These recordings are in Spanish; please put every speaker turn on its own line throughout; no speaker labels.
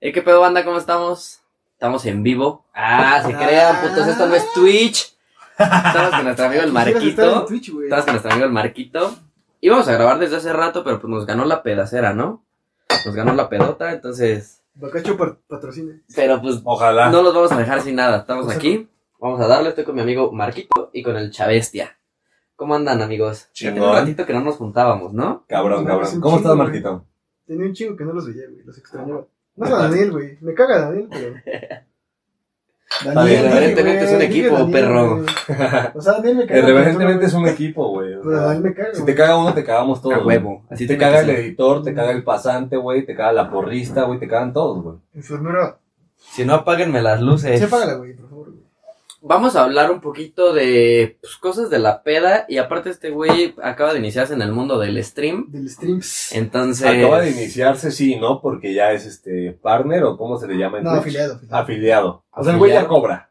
Hey, ¿Qué pedo, banda? ¿Cómo estamos? Estamos en vivo. Ah, se
Ah.
crean, putos, esto no es Twitch. Estamos con nuestro amigo el
Quisieras estar en
Marquito.
Twitch, güey.
Estamos con nuestro amigo el Marquito. Íbamos a grabar desde hace rato, pero pues nos ganó la pedacera, ¿no? Nos ganó la pedota, entonces...
Bacacho par- patrocina.
Pero pues
Ojalá.
no los vamos a dejar sin nada. Estamos
O sea,
aquí. Vamos a darle. Estoy con mi amigo Marquito y con el Chavestia. ¿Cómo andan, amigos? Ya tiene un
Chingón.
ratito que no nos juntábamos, ¿no?
Cabrón,
No, es
cabrón.
un
¿Cómo
chingo,
estás,
güey.
Marquito?
Tenía un chingo que no los veía, güey. Los
Ah.
extrañaba. Más a Daniel, güey. Me caga Daniel, pero.
bien,
dije,
evidentemente
güey,
es un
dije
equipo,
Daniel,
perro.
güey. O sea, Daniel me caga. pero
Irreverentemente
no,
Eh, es un equipo, güey. o
güey. Pero
sea,
Daniel me caga.
Si
güey.
te caga uno, te cagamos todos.
A
güey.
huevo. Así
Te
tiene que
caga el
ser.
editor, te caga el pasante, güey, te caga la porrista, güey, te cagan todos, güey.
Enfermera.
Si no, apáguenme las luces.
Sí, apágala, güey, por favor. güey.
Vamos a hablar un poquito de pues, cosas de la peda. Y aparte, este güey acaba de iniciarse en el mundo del stream.
Del stream.
Entonces.
Acaba de iniciarse, sí, ¿no? Porque ya es este partner o cómo se le llama en
No,
Twitch?
afiliado.
Ah,
afiliado.
Afiliado. O sea, el güey ya
Afiliado.
cobra.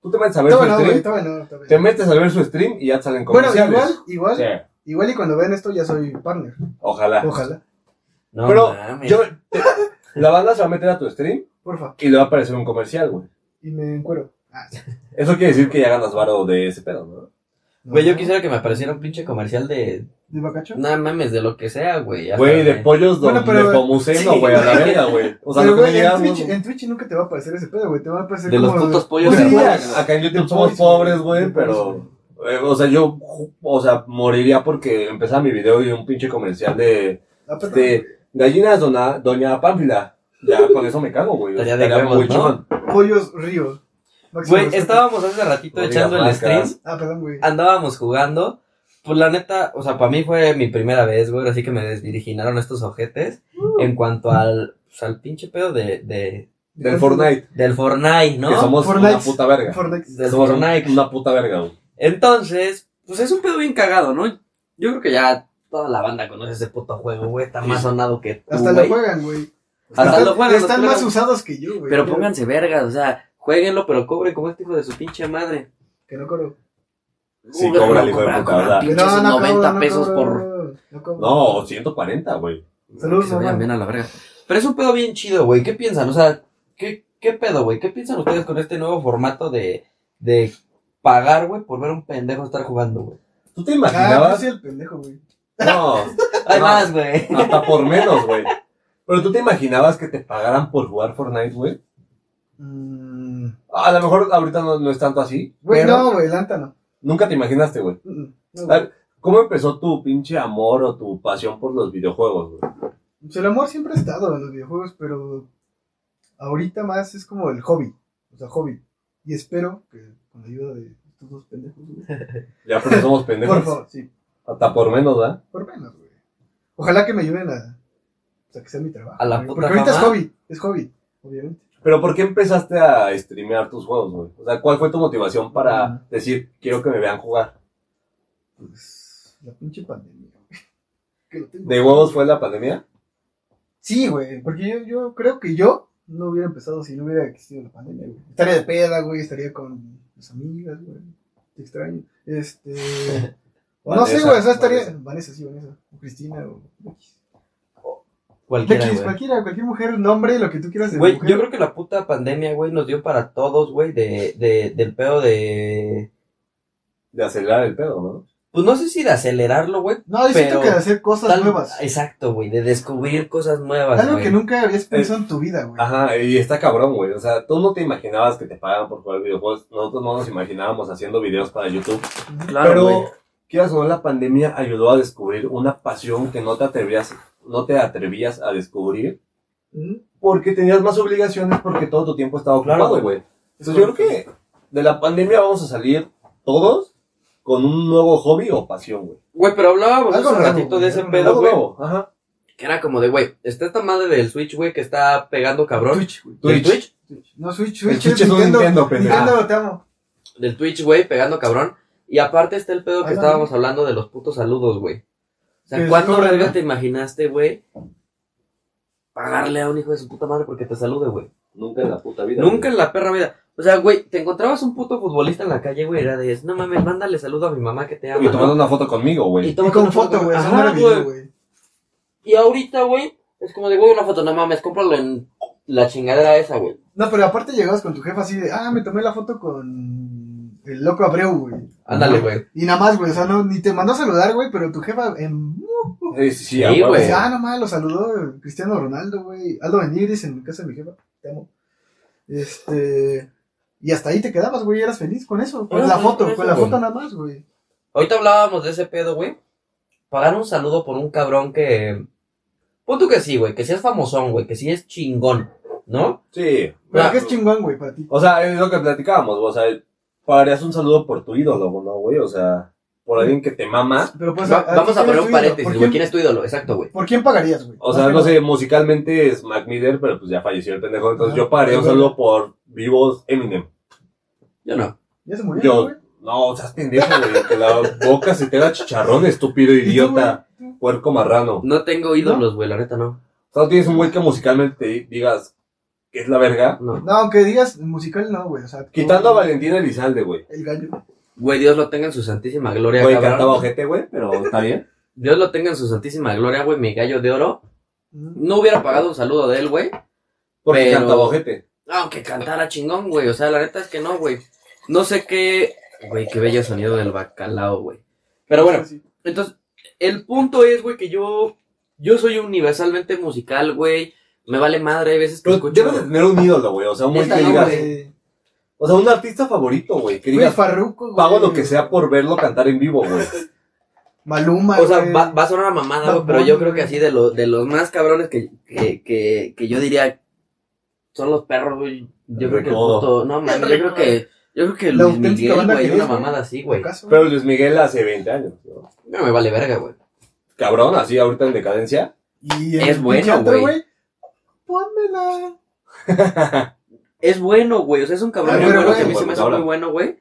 Tú te metes a ver su
Todavía no, güey.
stream,
Todavía no. todavía
te
no.
metes a ver su stream y ya te salen
Bueno,
comerciales.
igual, igual.
Sí, Ah.
Igual y cuando vean esto ya soy partner.
ojalá.
Ojalá.
No,
Pero
mames.
Yo, te- la banda se va a meter a tu stream
Porfa.
y le va a aparecer un comercial, güey.
Y me encuero. Ah, sí.
Eso quiere decir que ya ganas varo de ese pedo, ¿no?
Güey, yo quisiera que me apareciera un pinche comercial de.
¿De Bacacho?
No mames, de lo que sea, güey. hasta
Güey, de
de-
pollos don,
Bueno, pero-
de pomuceno,
sí,
güey, a la
güey.
verga, güey. O sea,
Pero,
lo que
güey,
me
en,
llegamos.
Twitch, en Twitch nunca te va a aparecer ese pedo, güey. Te va a aparecer
De los
como
putos pollos
Pues
de
sí,
hermanos.
a- acá en YouTube somos pobres, güey, pero. eh, o sea, yo, o sea, moriría porque empezaba mi video y un pinche comercial de
Ah, pero-
este, gallinas dona, doña Pánfila. Ya con eso me cago, güey.
Estaría de
Estaría
huevos,
muy
¿no?
chingón.
Pollos Río. Máximo
Güey,
respeto.
estábamos hace ratito
No
echando el
digas
stream.
marcas.
Ah, perdón, güey.
andábamos jugando. Pues la neta, o sea, para mí fue mi primera vez, güey, así que me desvirginaron estos ojetes en cuanto al, pues, al pinche pedo de, de,
Del Fortnite,
del Fortnite, ¿no?
que somos
Pues, Fortnite.
una puta verga.
Fortnite.
Del
Somos un-
Fortnite.
Una puta verga, güey.
Entonces, pues es un pedo bien cagado, ¿no? Yo creo que ya toda la banda conoce ese puto juego, güey, está más sonado que tú,
Hasta lo
güey.
juegan, güey.
Hasta
Están-
lo juegan,
Están
lo
más
juegan.
usados que yo, güey.
Pero pónganse vergas, o sea, jueguenlo, pero cobren como este hijo de su pinche madre.
Que no cobro.
Sí,
Uber,
cobra
no
el hijo de
cobra,
puta,
cobra
¿verdad?
pinches
No, no
90
cobro, no
pesos por
cobro, No, cobro.
No, 140, güey.
Saludos,
que se vean
mamá.
bien a la verga. Pero es un pedo bien chido, güey. ¿Qué piensan? O sea, ¿qué, qué pedo, güey? ¿Qué piensan ustedes con este nuevo formato de, de pagar, güey, por ver a un pendejo estar jugando, güey?
¿Tú te
Ah, yo
imaginabas?
soy el pendejo, güey.
No,
Hay
No.
más, güey.
hasta por menos, güey. Pero tú te imaginabas que te pagaran por jugar Fortnite, güey.
Mm,
A lo mejor ahorita no, no es tanto así.
Güey,
pero Ah,
no, güey, Lanta no.
Nunca te imaginaste, güey.
Mm, mm, no,
A
güey.
ver, ¿Cómo empezó tu pinche amor o tu pasión por los videojuegos, güey?
Pues el amor siempre ha estado en los videojuegos, pero ahorita más es como el hobby. O sea, hobby. Y espero que con la ayuda de estos dos pendejos, güey.
Ya porque somos pendejos.
Por favor, sí.
Hasta por menos, ¿verdad?
Por menos, güey. Ojalá que me ayuden a. O sea, que sea mi trabajo.
A la
güey.
puta
Porque ahorita
fama.
es hobby. Es hobby, obviamente.
Pero ¿por qué empezaste a streamear tus juegos, güey? O sea, ¿cuál fue tu motivación para
Mm.
decir, quiero que me vean jugar?
Pues. La pinche pandemia, güey. Que lo tengo.
¿De huevos fue la pandemia?
Sí, güey. Porque yo, yo creo que yo no hubiera empezado si no hubiera existido la pandemia, güey. Estaría de peda, güey. Estaría con mis amigas, güey. Te extraño. Este. o no sé,
Vanessa,
güey. O sea, estaría. Vanessa.
Vanessa.
sí, Vanessa. O Cristina, o.
Cualquiera,
X,
güey.
cualquiera, cualquier mujer, nombre, lo que tú quieras de
Güey,
mujer.
yo creo que la puta pandemia, güey, nos dio para todos, güey, de, de, del pedo de...
De acelerar el pedo, ¿no?
Pues no sé si de acelerarlo, güey.
No, yo siento
pero-
que de hacer cosas
Tal-
nuevas.
Exacto, güey, de descubrir cosas nuevas,
Algo
güey.
que nunca habías pensado en tu vida, güey.
Ajá, y está cabrón, güey. O sea, tú no te imaginabas que te pagaban por jugar videojuegos. Nosotros no nos imaginábamos haciendo videos para YouTube.
Claro,
pero,
güey.
quieras o no, la pandemia ayudó a descubrir una pasión que no te atrevías, no te atrevías a descubrir
Ujú.
porque tenías más obligaciones porque todo tu tiempo estaba
Claro,
ocupado, güey. Entonces Pues yo creo que de la pandemia vamos a salir todos con un nuevo hobby o pasión, güey.
Güey, pero hablábamos
Algo
hace
nuevo,
ratito de
güey,
ese
algo
pedo,
Algo
güey.
nuevo, ajá.
Que era como de, güey, está esta madre del Switch, güey, que está pegando cabrón.
Twitch, güey.
¿Del
Twitch.
Twitch?
Twitch. No, Switch,
El
Switch.
Twitch es un
Nintendo,
Nintendo, pendejo.
Nintendo, te amo.
Del Twitch, güey, pegando cabrón. Y aparte está el pedo que
Ay, no,
estábamos hablando de los putos saludos, güey. O sea,
Que
¿cuándo
cobran,
verga
¿no?
te imaginaste, güey, pagarle a un hijo de su puta madre porque te salude, güey?
Nunca en la puta vida.
Nunca en la perra vida. O sea, güey, te encontrabas un puto futbolista en la calle, güey, era de, no mames, mándale saludo a mi mamá que te ama.
güey. Y tomando
¿no?
una foto conmigo, güey.
Y
tómate
con
una
foto, güey.
Ajá,
Eso no era video, güey.
Y ahorita, güey, es como de, güey, una foto, no mames, cómpralo en la chingadera esa, güey.
No, pero aparte llegabas con tu jefa así de, ah, me tomé la foto con el loco Abreu, güey.
Ándale, güey.
Y nada más, güey, o sea, no, ni te mandó a saludar, güey, pero tu jefa en...
Sí, sí, sí,
Sí,
a huevo.
güey.
Dice, ah, no más, lo saludó Cristiano Ronaldo, güey. Aldo Benítez en casa de mi jefa, te amo. Este... Y hasta ahí te quedabas, güey, eras feliz con eso. Con
Era
la
feliz
foto,
con eso,
con la
güey.
foto nada más, güey.
Ahorita hablábamos de ese pedo, güey. Pagar un saludo por un cabrón que. Pon tú que sí, güey. Que sí es famosón, güey. Que sí es chingón, ¿no?
Sí.
Pero
Nah.
qué es chingón, güey, para ti.
O sea, es lo que platicábamos, o sea, pagarías un saludo por tu ídolo, ¿no, güey? O sea, por alguien que te mama.
Pero pues,
Va-
ti,
vamos a poner
¿quién es tu
un
ídolo?
paréntesis,
¿Por
güey.
quién-
¿Quién es tu ídolo? Exacto, güey.
¿Por quién pagarías, güey?
O sea,
Más
no
que
sé, musicalmente es Mac Miller, pero pues ya falleció el pendejo, entonces
Ah,
yo pagaría un
sí, güey.
saludo por vivos Eminem.
Yo no.
Ya se murió,
Yo-
güey.
No, seas pendejo, güey, que la boca se te haga chicharrón, estúpido,
tú,
idiota, puerco marrano.
No tengo ídolos, güey. La neta, no.
O sea, no tienes un güey que musicalmente te digas que es la verga.
No.
No, aunque digas musical, no, güey. O sea,
Quitando a
como-
Valentina Elizalde, güey.
El gallo.
Güey, Dios lo tenga en su santísima gloria,
Güey,
cabrón.
cantaba ojete, güey, pero está bien.
Dios lo tenga en su santísima gloria, güey. Mi gallo de oro.
Mm.
No hubiera pagado un saludo de él, güey.
Porque
Pero-
cantaba ojete.
Aunque cantara chingón, güey. O sea, la neta es que no, güey. No sé qué. Güey, qué bello sonido del bacalao, güey. Pero bueno,
Sí, sí.
entonces, el punto es, güey, que yo. Yo soy universalmente musical, güey. Me vale madre, hay veces que
Pero
escucho.
debes de tener un ídolo, güey. O sea, un güey
Neta,
que
no,
digas.
güey.
O sea, un artista favorito, güey. Que
eh, Güey,
digas,
Farruko, güey.
pago lo que sea por verlo cantar en vivo, güey.
Maluma,
O sea,
güey.
va, va a sonar una mamada,
Bad
güey, pero yo
Bunny,
creo que
güey.
así de, lo- de los más cabrones que, que, que, que yo diría son los perros, güey. Yo
El
creo que el
recodo.
puto, no mames, yo creo que yo creo que
La
Luis
auténtica
Miguel,
banda
güey,
que
una
es, güey.
mamada así, güey.
Caso.
Pero Luis Miguel hace 20 años, ¿no?
No me vale verga, güey.
Cabrón, así ahorita en decadencia.
Y el
es
pinche
bueno,
antro,
güey.
Pónmela.
Es bueno, güey, o sea, es un cabrón
Ah,
muy
pero,
bueno
güey,
que a mí se me hace
ahora.
muy bueno, güey.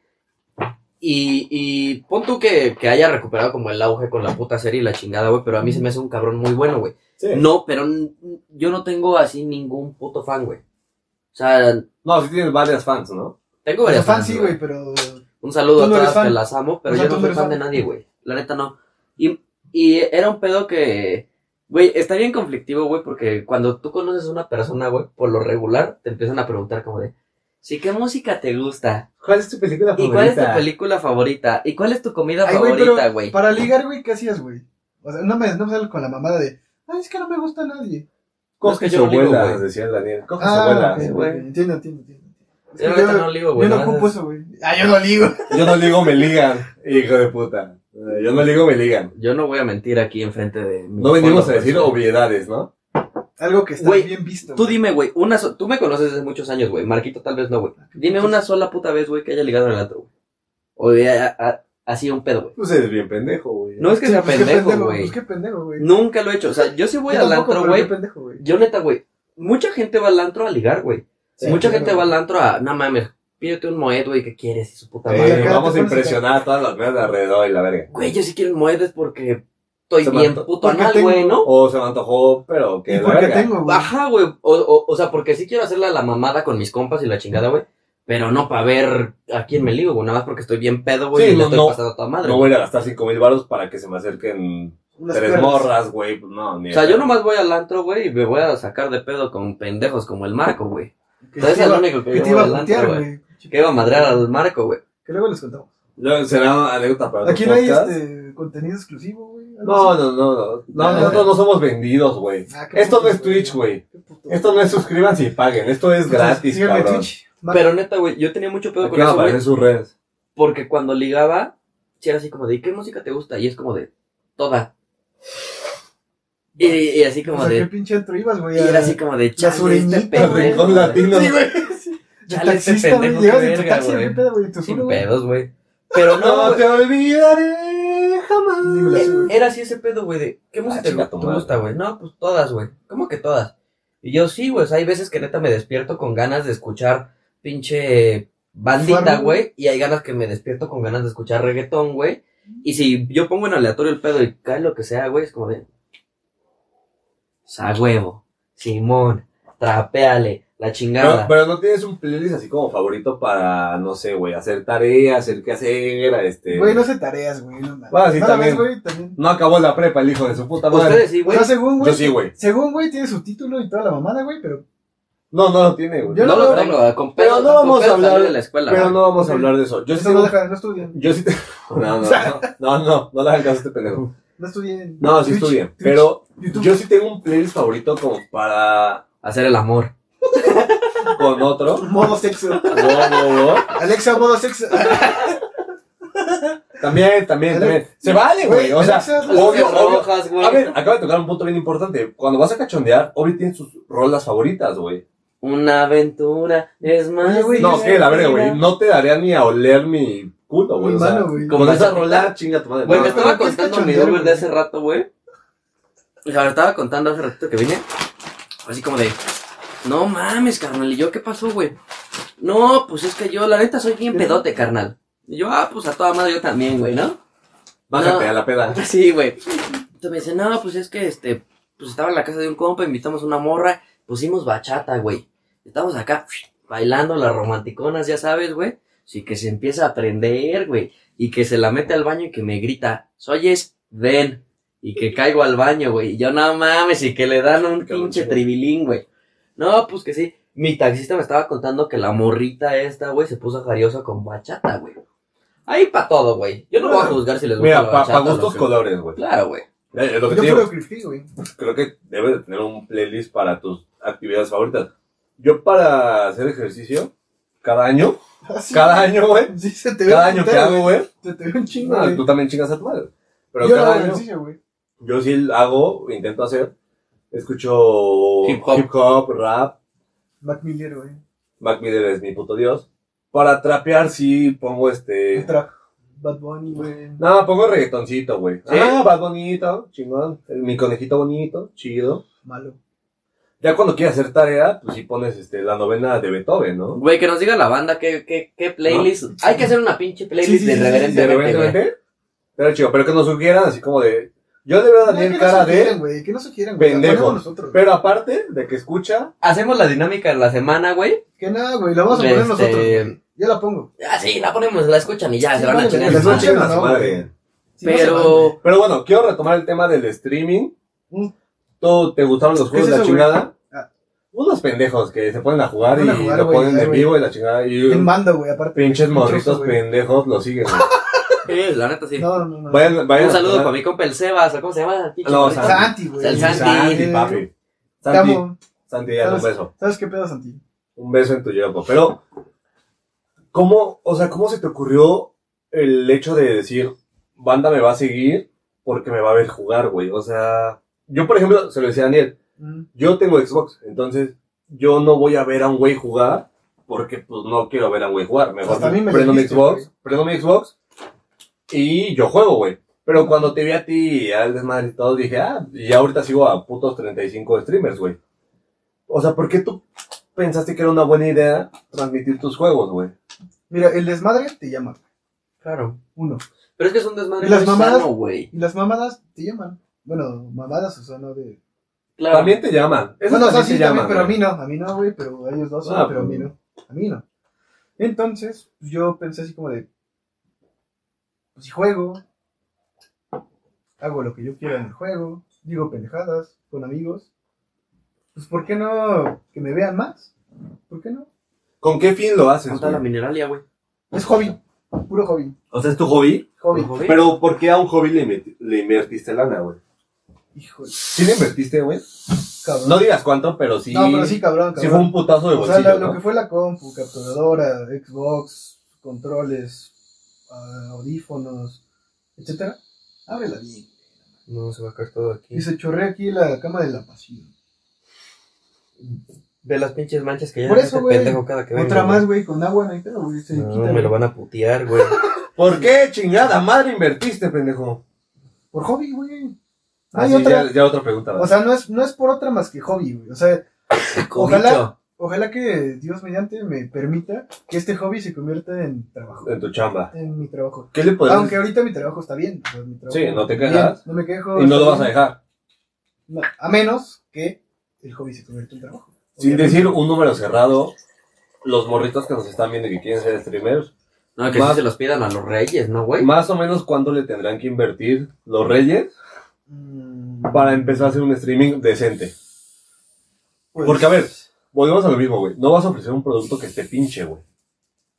Y, y pon tú que, que haya recuperado como el auge con la puta serie y la chingada, güey, pero a mí se me hace un cabrón muy bueno, güey.
Sí. No.
No, pero n- yo no tengo así ningún puto fan, güey. O sea,
sí tienes varias fans, ¿no?
tengo
O sea,
varias
fan
fans,
sí,
güey.
güey, pero...
Un saludo
Tú no
a
eres
todas, que
fan.
las amo, pero
O sea,
yo
tú
no soy
no eres
fan de
fan.
nadie, güey. La neta no. Y, y era un pedo que, güey, está bien conflictivo, güey, porque cuando tú conoces a una persona, güey, por lo regular, te empiezan a preguntar como de, sí, ¿qué música te gusta?
¿Cuál es tu película
¿Y cuál es tu película favorita? ¿Y cuál es tu comida
Ay, güey,
favorita,
pero
güey?
para ligar, güey, ¿qué hacías, güey? O sea, no me, no me salgo con la mamada de... Ay, es que no me gusta a nadie.
No, es
Coge
que yo
su
no ligo,
abuela,
güey.
decía el Daniel. Coge su
Ah,
abuela.
ok, ok,
güey.
entiendo, entiendo, entiendo. Es
Yo la
que
neta no ligo, güey.
yo no
la
ocupo
neta es-
eso, güey. Ah, yo no ligo.
Yo no ligo, me ligan. Hijo de puta. Eh, Yo no ligo, me ligan.
Yo no voy a mentir aquí enfrente de... mi
No venimos
fondo,
a decir
pues,
obviedades, ¿no?
Algo que está
Güey,
bien visto.
Tú
güey.
dime, güey, una so- tú me conoces desde muchos años, güey. Marquito tal vez no, güey. Dime una
Pues
sola puta vez, güey, que haya ligado en el antro, güey. O de a- a- así un pedo, güey.
Pues eres bien pendejo, güey.
No es que
Sí,
sea
pues, qué
pendejo, güey.
Pues qué pendejo, güey.
Nunca lo he hecho. O sea, yo sí voy
Yo
al
tampoco,
antro,
pero
güey.
qué pendejo, güey.
Yo neta, güey. Mucha gente va al antro a ligar, güey.
Sí,
Mucha
claro.
gente va al antro a, no mames, pídete un moed, güey, ¿qué quieres? Y su puta
Eh,
Oye,
madre.
acá
vamos a
te pones
impresionar a todas las veces alrededor y la verga.
Güey, yo sí quiero un moed es porque estoy
Se me
bien
anto-
puto
porque
mal,
tengo-
güey, ¿no?
O se me antojó, pero que
¿Y
la
por qué
verga.
tengo, güey?
Ajá, güey. O, o, o sea, porque sí quiero hacerla la mamada con mis compas y la chingada, güey. Pero no para ver a quién me ligo, güey. Nada más porque estoy bien pedo, güey.
Sí,
y le
no,
estoy
no.
pasando a toda madre.
No
güey.
voy a ir a gastar 5 mil baros para que se me acerquen
Unas
tres
perras.
morras, güey. Pues no, ni
o sea,
de-
yo nomás voy al antro, güey, y me voy a sacar de pedo con pendejos como el Marco, güey.
Que
O sea,
te
ese es
iba-
lo único que
que
yo
te
voy
iba a
al
plantear,
antro, güey.
güey.
Que iba a madrear al Marco, güey.
Que luego les contamos.
Yo- Será una anécdota para otro
Aquí no hay
podcast.
este contenido exclusivo, güey.
No, no, no, no. No, nosotros no somos vendidos, güey.
Ah,
Esto no es Twitch, güey. Esto no es suscríbanse y paguen. Esto es gratis,
Síganme en
cabrón.
Twitch. Mar-
Pero neta, güey, yo tenía mucho pedo
Aquí
con
van a
eso, güey.
aparecer sus redes.
Porque cuando ligaba, sí era así como de, ¿y qué música te gusta? Y es como de, toda. Y, y así como
o sea, ¿qué
de,
pinche antro ibas, güey?
y era así como de,
La
chale, este
sureñita,
pendejo,
güey.
Rincón
güey.
latino.
Sí, güey. De
Chale, este
taxista, güey.
pendejo,
Llegas
qué
en tu
verga,
taxi,
güey.
qué pedo, güey. Te
Sin
juro, güey.
pedos, güey. Pero no,
No
güey,
te olvidaré jamás.
eh, era así ese pedo, güey, de, ¿qué música te,
Ah, chinga tu
te
madre.
gusta, güey? No, pues todas, güey. ¿Cómo que todas? Y yo sí, güey, o sea, hay veces que neta me despierto con ganas de escuchar pinche bandita,
Fuerte.
güey, y hay ganas que me despierto con ganas de escuchar reggaetón, güey. Y si yo pongo en aleatorio el pedo y cae lo que sea, güey, es como de... Sa huevo, Simón, trapeale, la
Pero,
chingada.
pero no tienes un playlist así como favorito para, no sé, güey, hacer tareas, hacer qué hacer, este.
Güey, no sé tareas, güey. No, mames.
Bueno, sí,
Nada más,
también.
güey, también.
No acabó la prepa el hijo de su puta madre.
Ustedes sí,
O
güey.
sea, según,
Yo
güey.
sí, güey.
Según, güey, tiene su título y toda la mamada, güey, pero
No, no lo tiene, güey.
Yo
no
no
lo
creo.
tengo, con
Pero
pedo-
no
con
vamos
pedo
a hablar-
salí de la escuela.
Pero
güey.
no vamos a hablar de eso. Yo sí
Eso
tengo-
pues, no deja, no estudien.
Yo sí te... No, no, no, no, no, no la alcanzaste, este pendejo.
No estudien.
No, sí
Twitch,
estudié.
Twitch,
Pero
YouTube.
yo sí tengo un playlist favorito como para...
Hacer el amor.
con otro.
Modo sexo.
No, no, no.
Alexa, modo sexo.
También, también, también. Se vale, güey. O sea,
Alexa, modo
obvio,
sexo.
obvio.
Rojas, güey.
A ver, acaba de tocar un punto bien importante. Cuando vas a cachondear, obvio tienes sus rolas favoritas, güey.
Una aventura es más.
Oye, güey,
No,
sí,
que la verga, güey. No te daría ni a oler mi culo, güey.
Mi
O sea,
mano, güey.
con
Como
esa
esa-
rola, chinga tu madre.
Güey,
No,
me estaba
no, no,
contando mi
es cachondeo,
Uber de
güey.
hace rato, güey. O sea, le estaba contando hace ratito que vine. Así como de, no mames, carnal. ¿Y yo qué pasó, güey? No, pues es que yo, la neta, soy bien pedote, carnal. Y yo, ah, pues a toda madre yo también, güey, ¿no?
Bájate
No.
a la peda.
Sí, güey. Entonces me dice, no, pues es que este, pues estaba en la casa de un compa, invitamos una morra, pusimos bachata, güey. Estamos acá bailando las romanticonas, ya sabes, güey. Sí, que se empieza a prender, güey. Y que se la mete al baño y que me grita, oyes, ven. Y que caigo al baño, güey. Y yo, no mames, y que le dan un
Qué
pinche
bonito.
tribilín, güey. No, pues que sí. Mi taxista me estaba contando que la morrita esta, güey, se puso jariosa con bachata, güey. Ahí pa' todo, güey. Yo no voy a juzgar si les gusta
Mira,
la
para
bachata o
gustos
no.
colores, güey.
Claro, güey.
Eh, es lo que
Yo
te digo.
creo que sí, güey.
creo que debes de tener un playlist para tus actividades favoritas. Yo para hacer ejercicio, cada año,
Ah, sí.
cada año, güey,
Sí, se te ve
cada
un
año que
putero,
hago, güey,
Se te ve un chingo,
no,
güey.
tú también chingas a tu madre. Pero
Yo no
cada
hago
año,
ejercicio, güey.
yo sí hago, intento hacer, escucho
Hip hop.
hop, rap,
Mac Miller, güey.
Mac Miller es mi puto dios. Para trapear sí pongo este...
Trap. Bad Bunny, güey.
No, pongo reggaetoncito, güey.
¿Sí?
Ah, vas bonito, chingón. Mi conejito bonito, chido.
Malo.
Ya cuando quieres hacer tarea, pues sí pones este, la novena de Beethoven, ¿no?
Güey, que nos diga la banda qué, qué, qué playlist. Hay que hacer una pinche playlist
Sí, sí,
de
sí, sí,
reverente.
de repente. Pero chido, pero que nos sugieran así como de. Yo le veo a Daniel
¿Qué
cara
nos sugieren,
de.
güey? ¿Qué nos sugieren, güey?
pendejo.
La ponemos nosotros.
Pero aparte de que escucha.
Hacemos la dinámica de la semana, güey.
Que nada, güey, la vamos a poner
Este-
nosotros. güey. Yo la pongo.
Ah, sí, la ponemos, la escuchan y ya,
Sí,
se van a
vale,
chingar.
que la
su madre.
escuchen.
a su
no,
madre.
Sí, no se van, güey.
Pero,
Pero bueno, quiero retomar el tema del streaming.
Mm.
¿Tú te gustaron los
¿Qué es
juegos de la
eso, güey?
chingada?
Ah.
Unos pendejos que se ponen a jugar
Se
y
ponen a jugar,
lo
güey,
ponen
ya,
en
güey.
vivo y la chingada. Y
¿Quién manda, güey? Aparte.
pinches morritos
güey.
pendejos lo siguen. güey.
eh, la neta sí.
No, no, no.
vayan, vayan.
Un
a
saludo
jugar.
para mi compa el Sebas, ¿o ¿cómo se llama? Pinche
No,
morrito.
Santi.
Santi, güey.
El Santi.
Santi, papi.
Te
Santi,
amo.
Santi, dale un beso.
¿Sabes qué pedo, Santi?
Un beso en tu yopo. Pero, ¿cómo, o sea, cómo se te ocurrió el hecho de decir, banda me va a seguir porque me va a ver jugar, güey? O sea, yo, por ejemplo, se lo decía a Daniel,
Mm.
yo tengo Xbox, entonces yo no voy a ver a un güey jugar porque, pues, no quiero ver a un güey jugar. Mejor
Hasta a mí me lo
prendo mi
dijiste,
Xbox,
güey.
prendo mi Xbox y yo juego, güey. Pero cuando te vi a ti y al desmadre y todo, dije, ah, y ya ahorita sigo a putos 35 streamers, güey. O sea, ¿por qué tú pensaste que era una buena idea transmitir tus juegos, güey?
Mira, el desmadre te llama.
Claro.
Uno.
Pero es que es un desmadre
¿Y las
muy
mamadas?
sano, güey.
Y las mamadas te llaman. Bueno, mamadas, o sea, no de.
Claro.
También te llaman. Eso
bueno, o sea,
también
sí,
te llaman,
también, pero a
güey.
mí no. A mí no, güey, pero a ellos dos, sí,
Ah,
pero a mí
pues.
no. A mí no. Entonces, pues, yo pensé así como de. Pues si juego. Hago lo que yo quiera en el juego. Digo pendejadas con amigos. Pues, ¿por qué no que me vean más? ¿Por qué no?
¿Con qué fin lo haces,
Contar la
güey?
mineralia, güey.
Es hobby. Puro hobby.
O sea, ¿es tu hobby?
Hobby.
Ojo, güey.
Pero ¿por qué a un hobby le, met- le invertiste lana, güey?
Híjole,
¿Sí le invertiste, güey?
cabrón.
No digas cuánto, pero sí...
No, pero sí, cabrón, cabrón.
Sí fue un putazo de
O sea,
bolsillo,
la- lo
¿no?
que fue la compu, capturadora, Xbox, controles, ah, audífonos, etcétera, ábrela bien.
No, se va a caer todo aquí.
Y se chorrea aquí la cama de la pasión.
Ve las pinches manchas que ya
Por
me
eso,
mete
güey.
pendejo cada que vengo.
Otra
güey.
más, güey, con agua, no hay pedo, güey, se
No,
quita,
me lo
güey.
van a putear, güey.
¿Por qué chingada madre invertiste, pendejo?
Por hobby, güey.
Ah,
Hay
sí,
otra.
Ya, ya otra pregunta.
O sea, no es, no es por otra más que hobby, güey. O sea,
Cobicho.
ojalá, ojalá que Dios mediante me permita que este hobby se convierta en trabajo.
en tu chamba.
En mi trabajo.
¿Qué le podrías
Aunque ahorita mi trabajo está bien. o sea, mi trabajo
Pues Sí, no te
bien,
quejas.
No me quejo.
Y no lo
está
vas a
bien.
dejar.
No, a menos que el hobby se convierta en trabajo.
Sin
Obviamente.
decir un número cerrado, los morritos que nos están viendo y que quieren ser streamers,
No, que
Más-
sí se los pidan a los reyes, ¿no, güey?
más o menos cuánto le tendrán que invertir los reyes
Mm,
para empezar a hacer un streaming decente.
pues,
Porque, a ver, volvemos a lo mismo, güey. No vas a ofrecer un producto que esté pinche, güey.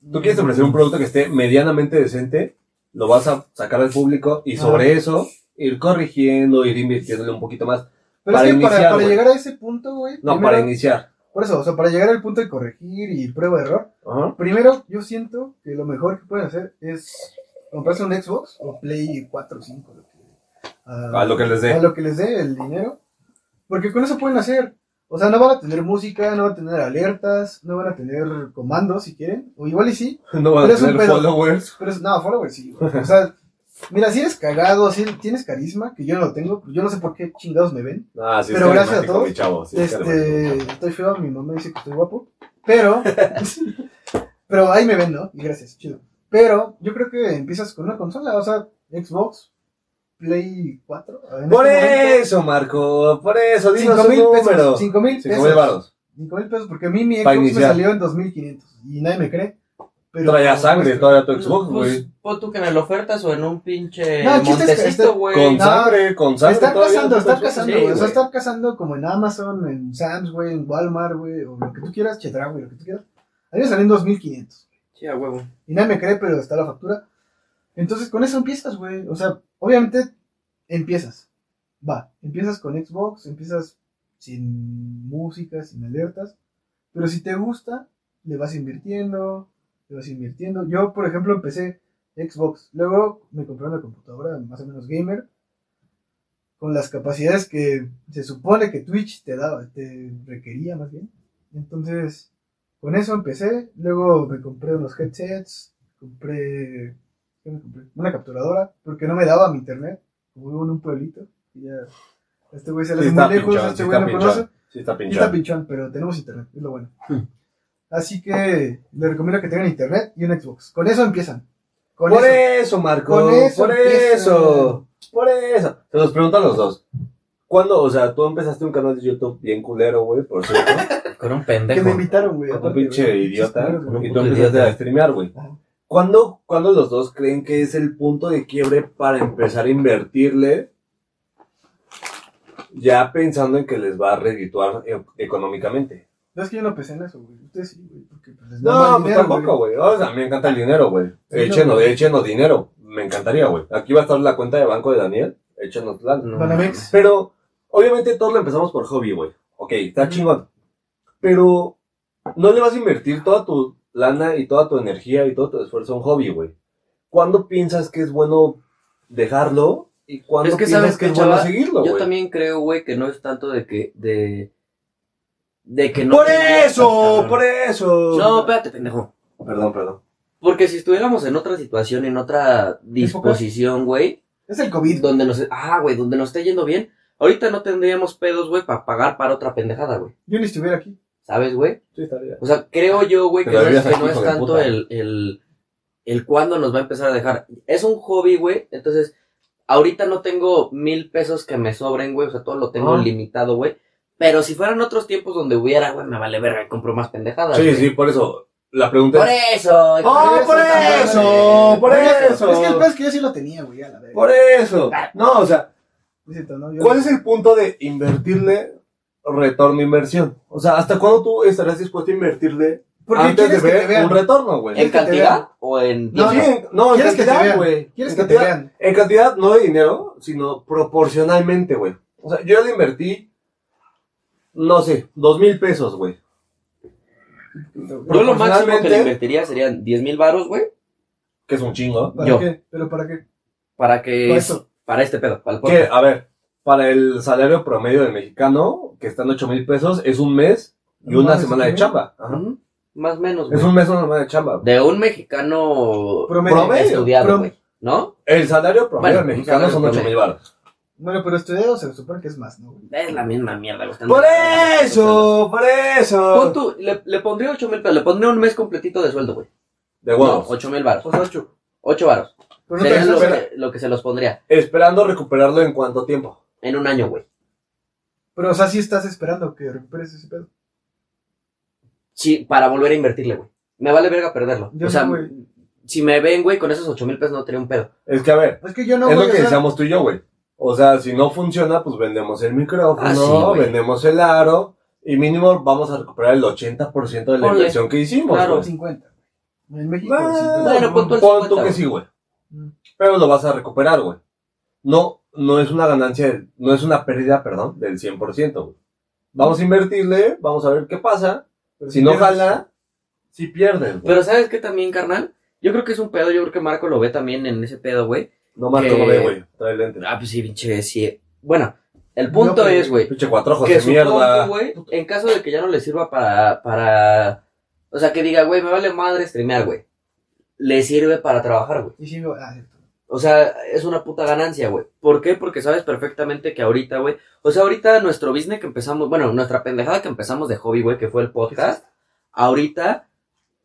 Tú quieres
mm.
ofrecer un producto que esté medianamente decente, lo vas a sacar al público y sobre eso ir corrigiendo, ir invirtiéndole un poquito más.
Pero
para
es que
iniciar,
para, para
güey.
llegar a ese punto, güey.
No,
primero-
para iniciar.
Por eso, o sea, para llegar al punto de corregir y prueba de error.
Ajá.
Primero, yo siento que lo mejor que pueden hacer es comprarse un Xbox o Play 4 o 5. lo que- a,
A lo que les dé.
A lo que les dé el dinero. Porque con eso pueden hacer. O sea, no van a tener música, no van a tener alertas, no van a tener comandos si quieren. O igual y sí.
No van
Pero
a
es un
tener
pedo.
followers.
Pero es, no, followers sí. güey. O sea, mira, si eres cagado, si tienes carisma, que yo no lo tengo, yo no sé por qué chingados me ven.
Ah, sí, es
Pero gracias a
carismático,
todos,
mi chavo, sí, es
Este,
carismático.
estoy feo, mi mamá dice que estoy guapo, pero, pero ahí me ven, ¿no? Y gracias, chido. Pero yo creo que empiezas con una consola, o sea, Xbox, Play 4. en
Por
este
eso, Marco, por eso, dinos
momento,
un
cinco mil
número.
pesos, 5 mil
Cinco mil
pesos.
varos.
5 mil pesos, porque a mí mi
Pa'
Xbox me
iniciar.
salió en 2500 y nadie me cree. Pero,
Traía sangre todavía tu Xbox,
Pues,
güey.
pon tú que en el ofertas o en un pinche
No, el chiste es que este-
montecito, güey.
Con
No,
sangre, con
Está
sangre
están
todavía
casando,
tu
están
Xbox.
Sí,
casando, güey. o sea,
güey.
están casando como en Amazon, en Sam's, güey, en Walmart, güey, o lo que tú quieras, Chetra, güey, lo que tú quieras. A mí me salió en 2500.
Sí, a huevo.
Y nadie me cree, pero está la factura. Entonces, con eso empiezas, güey. O sea, obviamente empiezas. Va, empiezas con Xbox, empiezas sin música, sin alertas. Pero si te gusta, le vas invirtiendo, le vas invirtiendo. Yo, por ejemplo, empecé Xbox. Luego me compré una computadora más o menos gamer. Con las capacidades que se supone que Twitch te daba, te requería más bien. Entonces, con eso empecé, luego me compré unos headsets, compré, ¿qué me compré? una capturadora, porque no me daba mi internet, como vivo en un pueblito, y ya, este güey se le
Sí
hace
está
muy lejos,
pinchón, sí
este güey
está
no conoce,
pinchón. Sí, está
y está
pinchado.
pinchón, pero tenemos internet, es lo bueno.
Hmm.
Así que les recomiendo que tengan internet y un Xbox, con eso empiezan, con
Por
eso,
eso, Marco,
con eso
por
empiezan.
eso, por eso. Se los pregunto a los dos. ¿Cuándo, o sea, tú empezaste un canal de YouTube bien culero, güey, por cierto?
Con un
que me
pendejo.
invitaron, güey.
Con un
aparte,
pinche
güey,
idiota.
chistes, güey.
Y tú
puto
empezaste
idiota.
a streamear, güey.
Ajá.
¿Cuándo, ¿Cuándo los dos creen que es el punto de quiebre para empezar a invertirle? Ya pensando en que les va a redituar e- económicamente.
No es que yo no pensé en eso, güey, ustedes sí, güey, porque pues, les mama
No,
el
pues
dinero,
tampoco, güey. O sea, me encanta el dinero, güey.
Sí,
Échenos,
no, güey.
échenos dinero. Me encantaría, güey. Aquí va a estar la cuenta de banco de Daniel. Échenos la.
No.
Banamex.
Pero, obviamente todos lo empezamos por hobby, güey. Ok, está chingón. Pero, no le vas a invertir toda tu lana y toda tu energía y todo tu esfuerzo a un hobby, güey. ¿Cuándo piensas que es bueno dejarlo? ¿Y cuándo
Es que
piensas
sabes
que
que,
es bueno
chava,
seguirlo,
Yo
güey?
también creo, güey, que no es tanto de que. de. de que no.
¡Por
te-
eso!
cabrón.
¡Por eso!
No, espérate, pendejo.
Perdón, perdón.
Porque si estuviéramos en otra situación, en otra disposición, güey,
Es el COVID,
donde nos. Ah, güey, donde nos esté yendo bien, ahorita no tendríamos pedos, güey, para pagar para otra pendejada, güey.
yo ni estuviera aquí.
¿Sabes, güey?
Sí, está bien.
O sea, creo yo, güey, que,
Pero
no es,
vivías
que
aquí,
no es
hijo de
tanto
puta.
el, el, el cuándo nos va a empezar a dejar. Es un hobby, güey, entonces ahorita no tengo mil pesos que me sobren, güey, o sea, todo lo tengo
Ah.
limitado, güey. Pero si fueran otros tiempos donde hubiera, güey, me vale verga, compro más pendejadas.
Sí,
Ah, güey.
sí, por eso. La pregunta
Por
es...
eso. hijo
¡Oh,
de
por
puta
eso!
madre!
¡Por
Oye,
eso!
Es que el peor es que yo sí lo tenía, güey, a la verga.
¡Por eso! No, o sea,
Es cierto, ¿no? Yo-
¿Cuál es el punto de invertirle retorno inversión? O sea, ¿hasta cuándo tú estarás dispuesto a invertirle
Porque
antes de
quieres que te
ver
vean.
un retorno, güey?
¿En
Es que te
cantidad
vean.
o en
No,
Sí,
dinero?
en- no, en
¿Quieres que te
cantidad,
vean?
güey.
Quieres
En
que te
cantidad-
vean.
En cantidad, no de dinero, sino proporcionalmente, güey. O sea, yo le invertí, no sé, dos mil pesos, güey.
Yo lo máximo que le
Proporcionalmente-
invertiría serían 10 mil baros, güey,
Que es un chingo.
¿Para
Yo.
qué? ¿Pero para qué?
para que...
Para eso.
Para este pedo, para el
Que,
podcast.
a ver, para el salario promedio del mexicano, que están ocho mil pesos, es un mes y
No
una
mames,
semana
¿sí?
de chamba. Ajá.
Ujú, Más o menos, güey.
Es un mes y una semana de chamba. güey.
De un mexicano
Promedio.
Promedio.
estudiado,
Prom-
güey, ¿no?
El salario promedio
Bueno,
mexicano
un salario
son ocho mil
promedio.
baros.
Bueno, pero estudiado se supone que es más, ¿no?
Es la misma mierda, güey.
Por eso, por
Pon
eso.
tú, le, le pondría 8 mil pesos, le pondría un mes completito de sueldo, güey.
De
No,
huevos.
8 mil baros.
O sea, ocho.
8 baros.
Pero no te
Sería lo
alcanza-
que, lo que se los pondría
Esperando recuperarlo en cuánto tiempo.
en un año, güey.
Pero, o sea, sí estás esperando que recuperes ese pedo.
Sí, para volver a invertirle, güey. Me vale verga perderlo.
Yo
o sea,
no, güey.
si me ven, güey, con esos 8 mil pesos no tenía un pedo.
Es que a ver,
Es que yo no,
es lo
güey,
que
o sea,
decíamos tú y yo, güey. O sea, si no funciona, pues vendemos el micrófono,
Ah, sí, güey.
vendemos el aro Y mínimo vamos a recuperar el 80% de la
Ponle.
inversión que hicimos.
Claro.
güey.
50. güey. En México,
Bueno, pues,
sí,
Bueno,
no,
pon tú el
pon
50,
tú que
güey.
sí, güey.
Mm.
Pero lo vas a recuperar, güey. No, no es una ganancia, del- no es una pérdida, perdón, del 100%, güey. Vamos a invertirle, vamos a ver qué pasa.
pero
Si no
quieres-
jala, si pierden. güey.
Pero ¿sabes qué también, carnal? Yo creo que es un pedo, yo creo que Marco lo ve también en ese pedo, güey.
no Marco
que-
no ve, güey. Trae lente.
Ah, pues sí, pinche, sí. Bueno, el punto
No, pero-
es, güey,
Pinche cuatro ojos
que
de
su compu,
mierda.
güey, en caso de que ya no le sirva para, para, o sea, que diga, güey, me vale madre streamear, güey. Le sirve para trabajar, güey.
Y si no, ah, cierto.
O sea, es una puta ganancia, güey. ¿Por qué? Porque sabes perfectamente que ahorita, güey. O sea, ahorita nuestro business que empezamos, bueno, nuestra pendejada que empezamos de hobby, güey, que fue el podcast, ahorita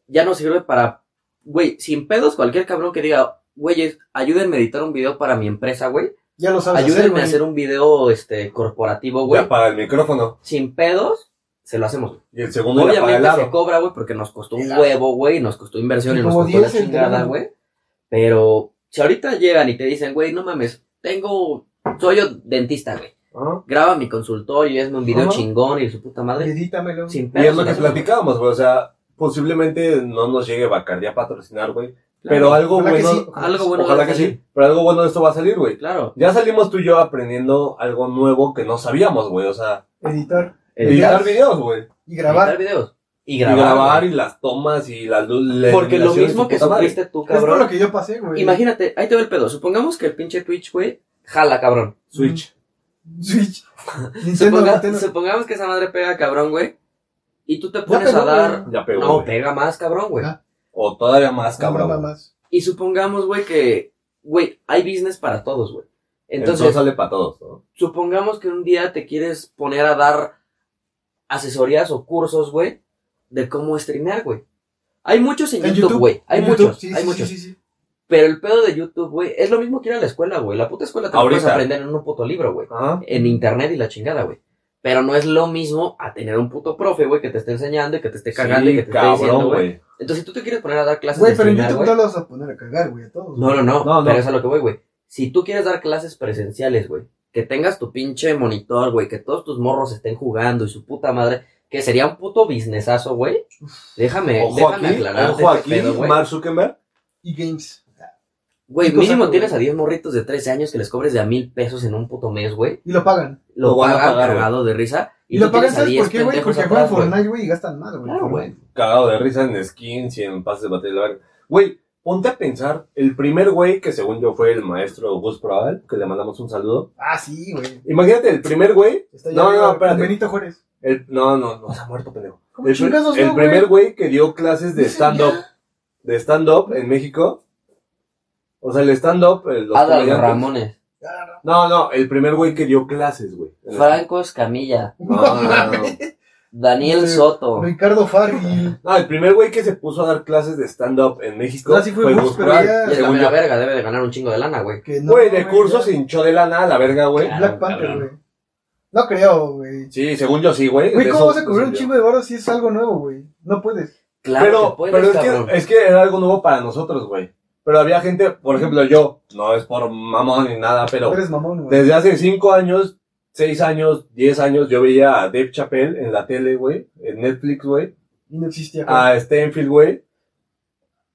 ya nos sirve para, güey, sin pedos, cualquier cabrón que diga, güey, ayúdenme a editar un video para mi empresa, güey.
Ya lo sabes.
Ayúdenme
güey.
a hacer un video, este, corporativo, güey.
güey. apaga el micrófono.
Sin pedos, se lo hacemos.
Y el segundo le apaga el
Obviamente se
aro.
cobra, güey, porque nos costó un
Claro.
huevo, güey, nos costó inversión
Y
y nos
como
costó una
10 el
chingada,
teléfono.
güey. Pero si ahorita llegan y te dicen, güey, no mames, tengo, soy yo dentista, güey.
Ajá.
Graba mi consultorio y hazme un video
Ajá.
chingón y su puta madre.
Edítamelo.
Sin
Y es lo
pedos,
que
güey.
platicábamos, güey. O sea, posiblemente no nos llegue Bacardi a patrocinar, güey.
Claro,
Pero algo
Ojalá que
bueno.
sí,
algo bueno.
Ojalá
debe
que
salir.
sí. Pero algo bueno de esto va a salir, güey.
Claro.
Ya salimos tú y yo aprendiendo algo nuevo que no sabíamos, güey. O sea,
Editar
Editar,
editar videos, güey.
y grabar.
editar videos. Y
Y
grabar.
grabar
güey.
y las tomas y las luces.
Porque lo mismo que sufriste tú,
Es por lo
cabrón.
que yo pasé, güey.
Imagínate, ahí te va el pedo. Supongamos que el pinche Twitch, güey, jala, cabrón.
Switch.
Switch. Nintendo,
Suponga-
Nintendo.
supongamos que esa madre pega, cabrón, güey. Y tú te
Ya
pones a
pegó,
dar.
güey.
Ya pegó.
No,
güey.
pega más, cabrón, güey.
Ah.
O todavía más,
No,
cabrón.
nada
güey.
más.
Y supongamos, güey, que, güey, hay business para todos, güey.
Entonces,
Entonces,
sale para todos. ¿no?
supongamos que un día te quieres poner a dar asesorías o cursos, güey, de cómo streamear, güey. Hay muchos en,
En
YouTube, güey. Hay
en
muchos,
YouTube, sí,
hay
sí,
muchos.
sí, sí, sí.
Pero el pedo de YouTube, güey, es lo mismo que ir a la escuela, güey. La puta escuela te lo puedes
Ahorita.
aprender en un puto libro, güey.
Ajá.
En internet y la chingada, güey. Pero no es lo mismo a tener un puto profe, güey, que te esté enseñando y que te esté cagando y que te esté diciendo,
cabrón,
güey.
güey.
Entonces, si tú te quieres poner a dar clases
Güey,
de
pero en
streamear,
YouTube
güey,
no los vas a poner a cagar, güey, a todos.
No, no, no,
No, no.
pero es a lo que voy, güey. Si tú quieres dar clases presenciales, güey, que tengas tu pinche monitor, güey, que todos tus morros estén jugando y su puta madre, que sería un puto businessazo, güey. Déjame,
Ojo
déjame
aquí,
aclararte
ojo
este
aquí,
pedo, güey.
Mark Zuckerberg.
Y games.
Güey,
y cosa,
mínimo
güey.
tienes a 10 morritos de 13 años que les cobres de a mil pesos en un puto mes, güey.
Y lo pagan.
Lo,
Lo van a
pagan
pagar,
cagado de risa.
Y, lo
tú
pagan,
tienes a
¿sabes
10
por qué, güey?
pendejos
Porque
atrás,
juegan Fortnite, güey, y gastan mal, güey.
Claro, güey.
Cagado de risa en skins y en pases de batalla. de la verga. Güey, ponte a pensar. El primer güey, que según yo fue el maestro Gus Proal, que le mandamos un saludo.
Ah, sí, güey.
Imagínate, el primer güey.
Está
No, no,
lleno
no,
de-
espérate.
Benito Juárez.
el- no, no, no, se ha muerto, pendejo.
¿Cómo
El, pr-
chingados
el
no,
primer
güey?
güey que dio clases de
Dicen
stand-up, de stand-up en México. O sea, el stand-up, el- los
Adal
comediantes.
Ramones,
Ah,
No,
no.
no, el primer güey que dio clases, güey. En el-
Franco Escamilla,
No, no, no, no.
Daniel
Sí.
Soto.
Ricardo Farri.
No, el primer güey que se puso a dar clases de stand-up en México
No, Ah, sí fue Gus, pero
Prat,
ya-
Y es la
según
mera
yo.
verga, debe de ganar un chingo de lana, güey.
que no,
Güey, de
güey,
cursos
ya.
se hinchó de lana a la verga, güey.
Claro,
Black Panther,
cabrón.
güey. No creo, güey.
Sí, según yo sí, güey.
Güey,
De
¿cómo
eso-
vas a cobrar un
de eso
chingo de barro si es algo nuevo, güey? No puedes.
Claro que
pero,
puedes,
pero es,
cabrón.
que, es que era algo nuevo para nosotros, güey. Pero había gente, por ejemplo, yo, no es por mamón ni nada, pero
Eres mamón, güey.
Desde hace 5 años, 6 años, 10 años, yo veía a Dave Chappelle en la tele, güey, en Netflix, güey,
Y no existía. güey.
a Stenfield, güey,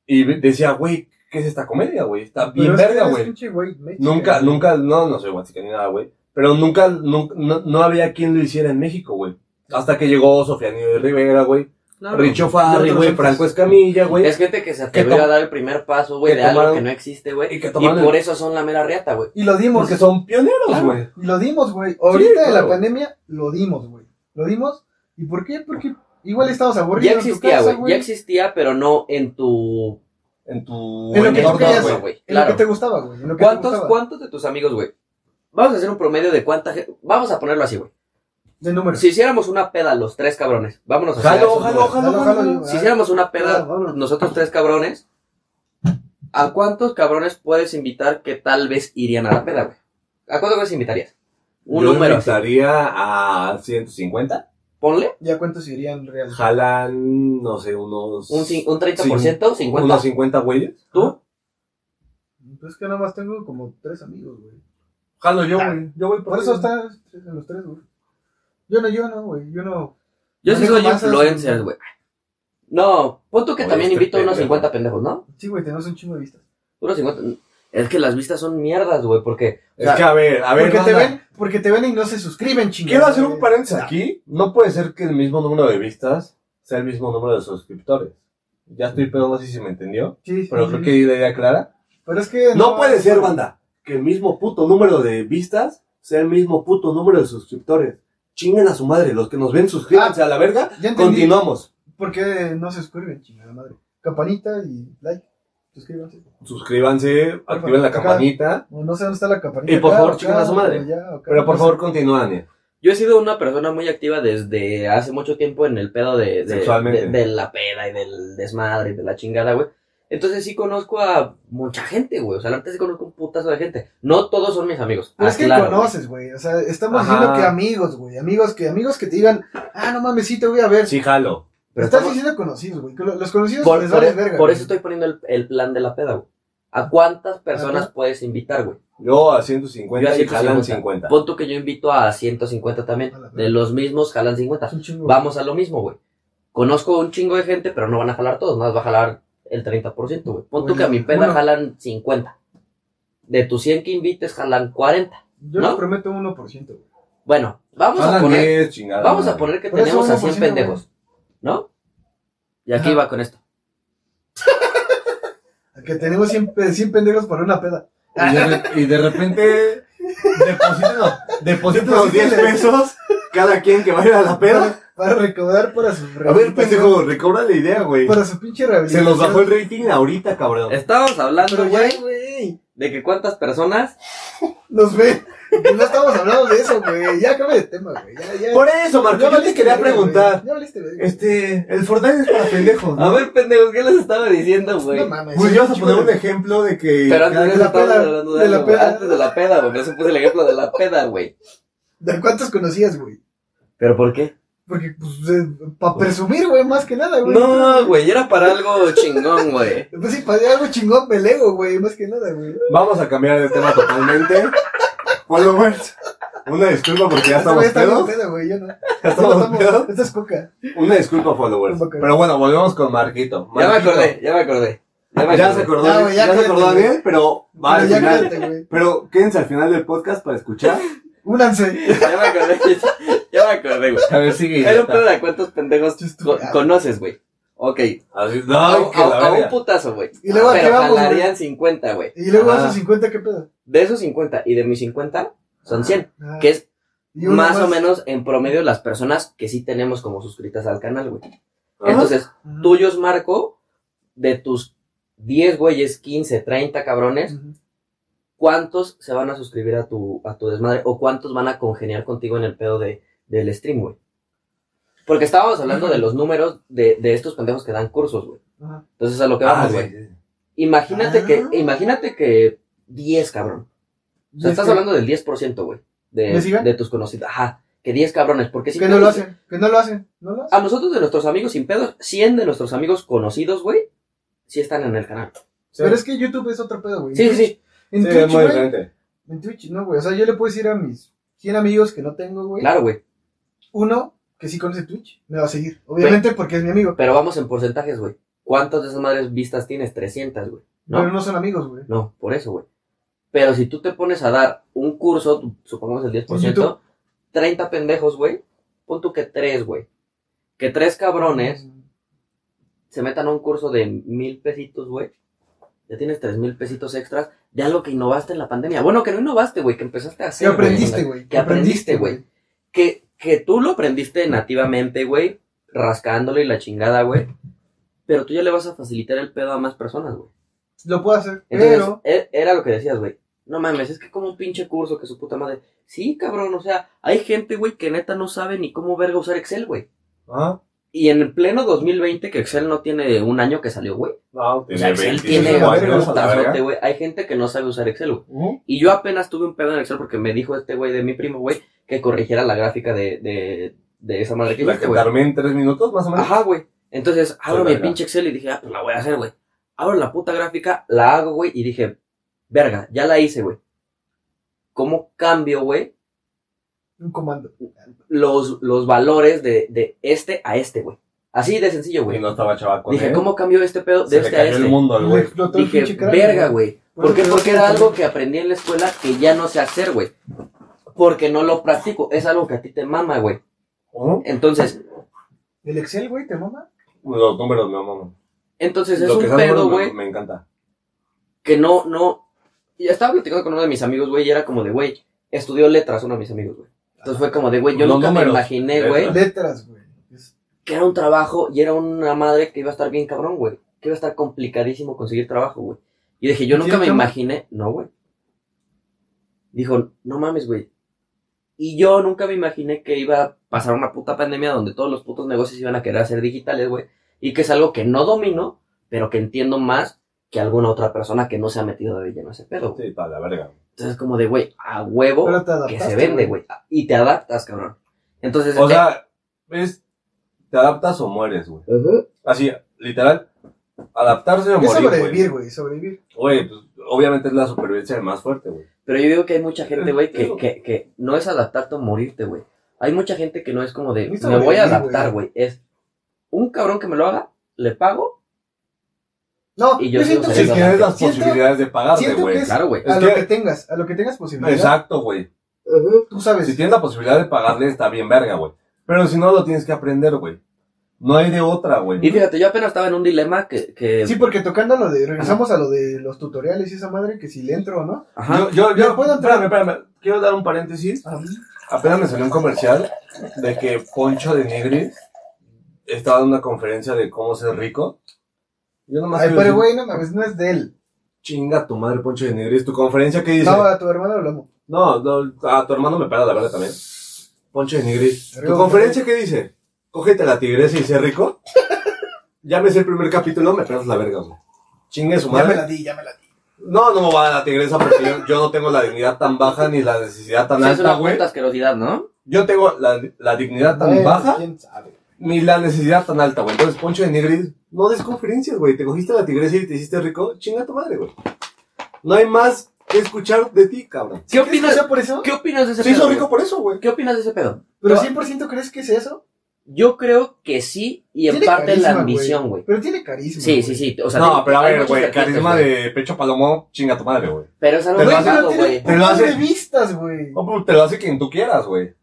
y ve- decía, güey, ¿qué es esta comedia, güey? Está
Pero
bien
es que
verga,
eres
güey.
pinche güey mexica,
Nunca,
güey.
nunca, no, no soy guachican ni nada, güey, pero nunca, nunca no, no había quien lo hiciera en México, güey. Hasta que llegó Sofía Niño de Rivera, güey,
Claro.
Richo Farri,
No,
güey,
no,
Franco Escamilla, güey.
Es gente que se
Que
atrevió
to-
a dar el primer paso, güey,
que
de algo
tomaron-
que no existe, güey.
y
Y,
que tomaron
por
el-
eso son la mera riata, güey.
Y lo dimos.
Porque son pioneros,
Claro.
güey.
Y lo dimos, güey. Ahorita en la
claro.
pandemia lo dimos, güey. Lo dimos. ¿Y por qué? Porque igual estábamos
Ya
aburridos. en tu
existía,
casa,
güey. Ya existía, pero no en tu...
En tu...
En lo
en
que
tu
tú
entorno,
querías,
güey.
güey.
En lo que
Claro.
te gustaba, güey. en lo que te
¿Cuántos,
gustaba.
¿Cuántos de tus amigos, güey? Vamos a hacer un promedio de cuánta gente... Vamos a ponerlo así, güey.
De números.
Si hiciéramos una peda los tres cabrones, vámonos a hacer
Jalo,
esos
jalo,
números.
jalo,
Jalo,
jalo.
jalo.
Si hiciéramos una peda
Claro, vámonos.
nosotros tres cabrones, ¿a cuántos cabrones puedes invitar que tal vez irían a la peda, güey? ¿A cuántos cabrones invitarías? Un
Yo
número. así.
invitaría a 150.
Ponle
¿Ya cuántos irían real?
jalan, no sé, unos.
Un, cin- un 30%,
cin-
50%.
Unos 50 güeyes.
¿Tú?
Pues que nada más tengo como tres amigos, güey.
Jalo yo, güey. Yo voy
Por eso están los tres, güey. Yo no, yo no, güey. Yo no.
Yo sí
Manejo
soy
masas.
influencer, güey. No, pon tú que
Oye,
también
este
invito a unos
pendejo.
50 pendejos, ¿no?
Sí, güey, tenemos un chingo de vistas.
Unos 50. Es que las vistas son mierdas, güey, porque. o
Es
sea,
que a ver, a ver.
porque, te
banda,
ven, porque te ven y no se suscriben, chingados.
Quiero hacer un
güey.
paréntesis aquí. No puede ser que el mismo número de vistas sea el mismo número de suscriptores. Ya estoy pedo, no sé si me entendió.
Sí, sí,
Pero
sí.
creo que di la idea clara.
Pero es que.
No puede ser, banda, que el mismo puto número de vistas sea el mismo puto número de suscriptores. Chinguen a su madre, los que nos ven, suscríbanse a la verga.
Ya entendí.
Continuamos.
¿Por qué no se suscriben, chingada madre? Campanita y like. Suscríbanse.
Suscríbanse, activen la
Acá.
campanita.
O no sé dónde está la campanita.
Y por
acá,
favor,
acá,
chinguen a su madre.
allá, acá.
Pero por favor, eh. continúa, Ania.
Yo he sido una persona muy activa desde hace mucho tiempo en el pedo de, de-
Sexualmente.
de- de la peda y del desmadre y de la chingada, güey. Entonces sí conozco a mucha gente, güey. O sea, antes sí conozco un putazo de gente. No todos son mis amigos.
Pero es que
aclaro, güey.
conoces, güey. O sea, estamos
Ajá.
diciendo que amigos, güey. Amigos que amigos que te digan, ah, no mames, sí te voy a ver.
Sí, jalo.
Pero
Estás
estamos-
diciendo conocidos, güey. que lo- Los conocidos
Por,
les vale
por-
verga.
por
güey.
eso estoy poniendo el, el plan de la peda, güey. ¿A cuántas personas puedes invitar, güey?
Yo a
Yo
150
a Pues,
y jalan
150.
50.
Pon tú que yo invito a 150 también.
A la verga.
De los mismos jalan 50.
Es un chingo.
Vamos a lo mismo, güey. Conozco un chingo de gente, pero no van a jalar todos, nada más va a jalar el 30%, güey. Pon tú
Bueno,
que a mi peda
bueno.
jalan 50. De tus 100 que invites, jalan 40.
Yo
¿no?
les prometo un 1%, güey.
Bueno, vamos a
Jalan
poner,
10, chingada.
vamos a
madre.
poner que
Por eso
tenemos a 100
1%, güey.
pendejos, ¿no? Y aquí
Ajá.
va con esto.
Que tenemos 100, pe- 100 pendejos por una peda.
Y de, re- y de repente, deposítenos, deposítenos 10 pesos cada quien que vaya a la peda.
Para, para recaudar para su
A ver, pendejo, recobra la idea, güey.
Para su pinche
Se
rehabilitación.
nos bajó el rating ahorita, cabrón.
Estábamos hablando,
Pero
güey,
ya, güey.
de que cuántas personas...
Nos ve. No estamos hablando de eso, güey. Ya cambia de tema, güey. Ya, ya.
Por eso, Marco,
Ya
yo te
valiste
quería
verga,
preguntar.
güey. Ya valiste verga.
Este, el Fortnite es para pendejos. ¿no?
A ver, pendejos, ¿qué les estaba diciendo, güey?
No mames.
Pues yo vas a
Chico,
poner un ejemplo de que.
pero antes
cada-
de
de
eso
la
estábamos
peda,
hablando de,
de la
algo,
peda.
Antes de la peda, güey, por eso puse el ejemplo de la peda, güey.
¿De cuántos conocías, güey?
¿Pero por qué?
Porque, pues, para presumir, güey, más que nada, güey.
No, güey, era para algo chingón, güey.
Pues sí, para algo chingón pelego, güey, más que nada, güey.
Vamos a cambiar de tema totalmente. Followers, una disculpa porque ya
Este
estamos
güey está bien
pedos.
pedo, güey, yo no.
Ya
Yo no
estamos pedos.
estamos- Esto es coca.
Una disculpa, followers.
Ok.
Pero bueno, volvemos con Marquito.
Ya me
Marquito,
acordé, ya me acordé. Ya me
Ya se
acordé.
acordó,
Ya,
ya,
güey, ya
se
cállate,
acordó
güey.
Daniel, pero va al
Pero ya
final.
cállate, güey.
Pero quédense al final del podcast para escuchar.
Únanse.
Ya me acordé, ya me acordé, güey.
A ver, sigue.
Era un pedo de cuántos pendejos co- conoces, güey. Ok.
Así-
A,
No, que
a-
la
a un
verga.
putazo, güey.
Y luego aquí
Pero
vamos, güey.
jalarían 50, güey.
Y luego
Ah.
a sus 50, ¿qué pedo?
De esos 50 y de mis 50 son 100,
Ah.
que es
Y uno
más, o menos en promedio las personas que sí tenemos como suscritas al canal, güey.
Ajá.
Entonces,
Ajá.
tuyos, Marco, de tus 10 güeyes, 15, 30 cabrones,
Ujú.
¿cuántos se van a suscribir a tu, a tu desmadre? ¿O cuántos van a congeniar contigo en el pedo de, del stream, güey? Porque estábamos hablando de los números de, de estos pendejos que dan cursos, güey.
Ajá.
Entonces a lo que
Ah,
vamos, güey.
sí, sí.
Imagínate que,
Ah.
imagínate que 10, cabrón. O sea,
Y
estás
es que-
hablando del 10%, güey.
¿Me
De,
sigan?
de tus conocidos. Ajá. Que 10 cabrones. Porque si
Que
tú-
no lo hacen, que no lo hacen, no lo hacen.
A nosotros de nuestros amigos sin pedos, 100 de nuestros amigos conocidos, güey, sí están en el canal.
Pero es que YouTube es otro pedo, güey.
Sí, sí, sí.
En
Sí,
Twitch,
es muy
güey,
diferente.
En Twitch, no, güey. O sea, yo le puedo decir a mis 100 amigos que no tengo, güey.
Claro, güey.
Uno que sí conoce Twitch, me va a seguir. Obviamente porque es mi amigo.
Pero vamos en porcentajes, güey. ¿Cuántas de esas madres vistas tienes? 300, güey. ¿No?
Pero no son amigos, güey.
No, por eso, güey. Pero si tú te pones a dar un curso, tú- supongamos el 10%,
YouTube.
30 pendejos, güey, pon tú que 3, güey. Que 3 cabrones se metan a un curso de mil pesitos, güey. Ya tienes tres mil pesitos extras de algo que innovaste en la pandemia. Bueno, que no innovaste, güey, que empezaste a
¿Qué
hacer. güey,
aprendiste, güey?
Que aprendiste, güey. que, que tú lo aprendiste nativamente, güey, rascándole y la chingada, güey. Pero tú ya le vas a facilitar el pedo a más personas, güey.
Lo puedo hacer,
Entonces,
pero...
e- era lo que decías, güey. No mames, es que como un pinche curso que su puta madre. Sí, cabrón, o sea, hay gente, güey, que neta no sabe ni cómo verga usar Excel, güey.
Ajá.
Y en el pleno 2020, que Excel no tiene un año que salió, güey.
No, pues,
O sea, Excel
25
tiene
años,
un
a la verga.
putazote, güey. Hay gente que no sabe usar Excel, güey.
Ujú.
Y yo apenas tuve un pedo en Excel porque me dijo este güey de mi primo, güey, que corrigiera la gráfica de, de, de esa madre que
La
hiciste,
que
güey.
tardé en tres minutos, más o menos.
Ajá, güey. Entonces, abro mi
verga.
pinche Excel y dije, ah, pues la voy a hacer, güey. Abro la puta gráfica, la hago, güey, y dije, verga, ya la hice, güey. ¿Cómo cambio, güey?
un comando.
los, los valores de, de este a este, güey. Así de sencillo,
Y
güey.
no estaba ¿eh? chaval con
Dije,
él.
¿cómo cambió este pedo de
Se le
este a
cayó
este?
el mundo al
Le
güey.
explotó el
Dije,
pinche cráneo,
verga, güey.
Por
¿Por qué?
eso no
Porque
quiero
era
saber.
algo que aprendí en la escuela que ya no sé hacer, güey. Porque no lo practico. Es algo que a ti te mama, güey.
¿Oh?
Entonces,
¿El Excel, güey, te mama?
Los números me maman.
entonces Pues es
Lo que
un
sean números
pedo,
me-
güey,
Me encanta.
que no, no. Y estaba platicando con uno de mis amigos, güey, y era como de, güey, estudió letras uno de mis amigos, güey. Entonces fue como de, güey, yo
Los
nunca
números,
me imaginé,
letras.
güey,
Letras, güey. Es-
que era un trabajo y era una madre que iba a estar bien cabrón, güey. Que iba a estar complicadísimo conseguir trabajo, güey. Y dije, yo
¿Y
nunca me
tiene cama?
imaginé. No, güey. Dijo, no mames, güey. Y yo nunca me imaginé que iba a pasar una puta pandemia donde todos los putos negocios iban a querer hacer digitales, güey. Y que es algo que no domino, pero que entiendo más que alguna otra persona que no se ha metido de lleno a ese pedo. güey.
Sí, para la verga.
Entonces, como de, güey, a huevo
Pero te
que
adaptaste,
se vende, güey. Y te adaptas, cabrón. Entonces,
O
eh,
sea, es. Te adaptas o mueres, güey.
ujú,
Así, literal. Adaptarse o
Es
morir, güey.
sobrevivir, güey, sobrevivir.
Güey, pues, obviamente es la supervivencia del más fuerte, güey.
Pero yo digo que hay mucha gente, güey, que,
Eso.
que, que no es adaptarte o morirte, güey. Hay mucha gente que no es como de,
Ni
me
sobrevivir,
voy a adaptar, güey. Es un cabrón que me lo haga, le pago.
No,
Y
yo,
yo sigo
siento que,
Si
Sí,
tienes las
siento-
posibilidades de pagarte,
siento
güey.
que es-
Claro, güey.
a
es
lo
que-
que tengas, a lo que tengas posibilidad,
Exacto, güey.
tú sabes.
Si tienes la posibilidad de pagarle, está bien verga, güey. Pero si no, lo tienes que aprender, güey. No hay de otra,
Y
güey.
fíjate, yo apenas estaba en un dilema que... que
Sí, porque tocando lo de, regresamos a lo de los tutoriales y esa madre, que si le entro o no.
Ajá.
Yo, yo,
¿Le
yo,
puedo entrar?
espérame, espérame. Quiero dar un paréntesis.
Ah,
Apenas me salió un comercial de que Poncho de Nigris estaba dando una conferencia de cómo ser rico. Yo nomás
Ay,
quiero
pero
decir,
güey, no mames, no es de él.
chinga tu madre, Poncho de Nigris. ¿Tu conferencia qué dice?
No, a tu hermano lo amo.
No, no, a tu hermano me pega la verdad también. Poncho de Nigris. ¿Tu
Arriba,
conferencia qué dice? Cógete a la tigresa y sé rico. ya me sé el primer capítulo, me pegas la verga, güey. Chingue su
Ya me
madre.
la di, ya me la di.
No, no me va a la tigresa porque yo, yo no tengo la dignidad tan baja ni la necesidad
O
tan
sea, es
alta,
una
güey.
puta asquerosidad, ¿no?
Yo tengo la, la dignidad tan
Bueno,
baja
¿Quién sabe?
ni la necesidad tan alta, güey. Entonces, Poncho de Nigris, no des conferencias, güey. Te cogiste a la tigresa y te hiciste rico. Chinga tu madre, güey. No hay más que escuchar de ti, cabrón.
¿Qué
¿Crees que
opinas,
sea por eso?
¿Qué opinas de ese
Se
pedo?
hizo
güey?
rico por eso, güey.
¿Qué opinas de ese pedo?
¿Pero
No.
100% crees que es eso?
Yo creo que sí y en
Tiene
parte la
carisma,
ambición, güey.
Pero tiene carisma.
Sí,
güey.
sí, sí. O sea,
no,
tiene-
pero a
hay
ver,
muchos
güey,
artistas,
carisma
güey.
de pecho palomo, chinga tu madre, güey.
Pero es algo
Te lo
Güey,
hace-
cagado,
pero
güey.
tiene
Te lo
puntos
hace-
de vistas, güey.
Oh,
No, pues, te lo hace quien tú quieras, güey.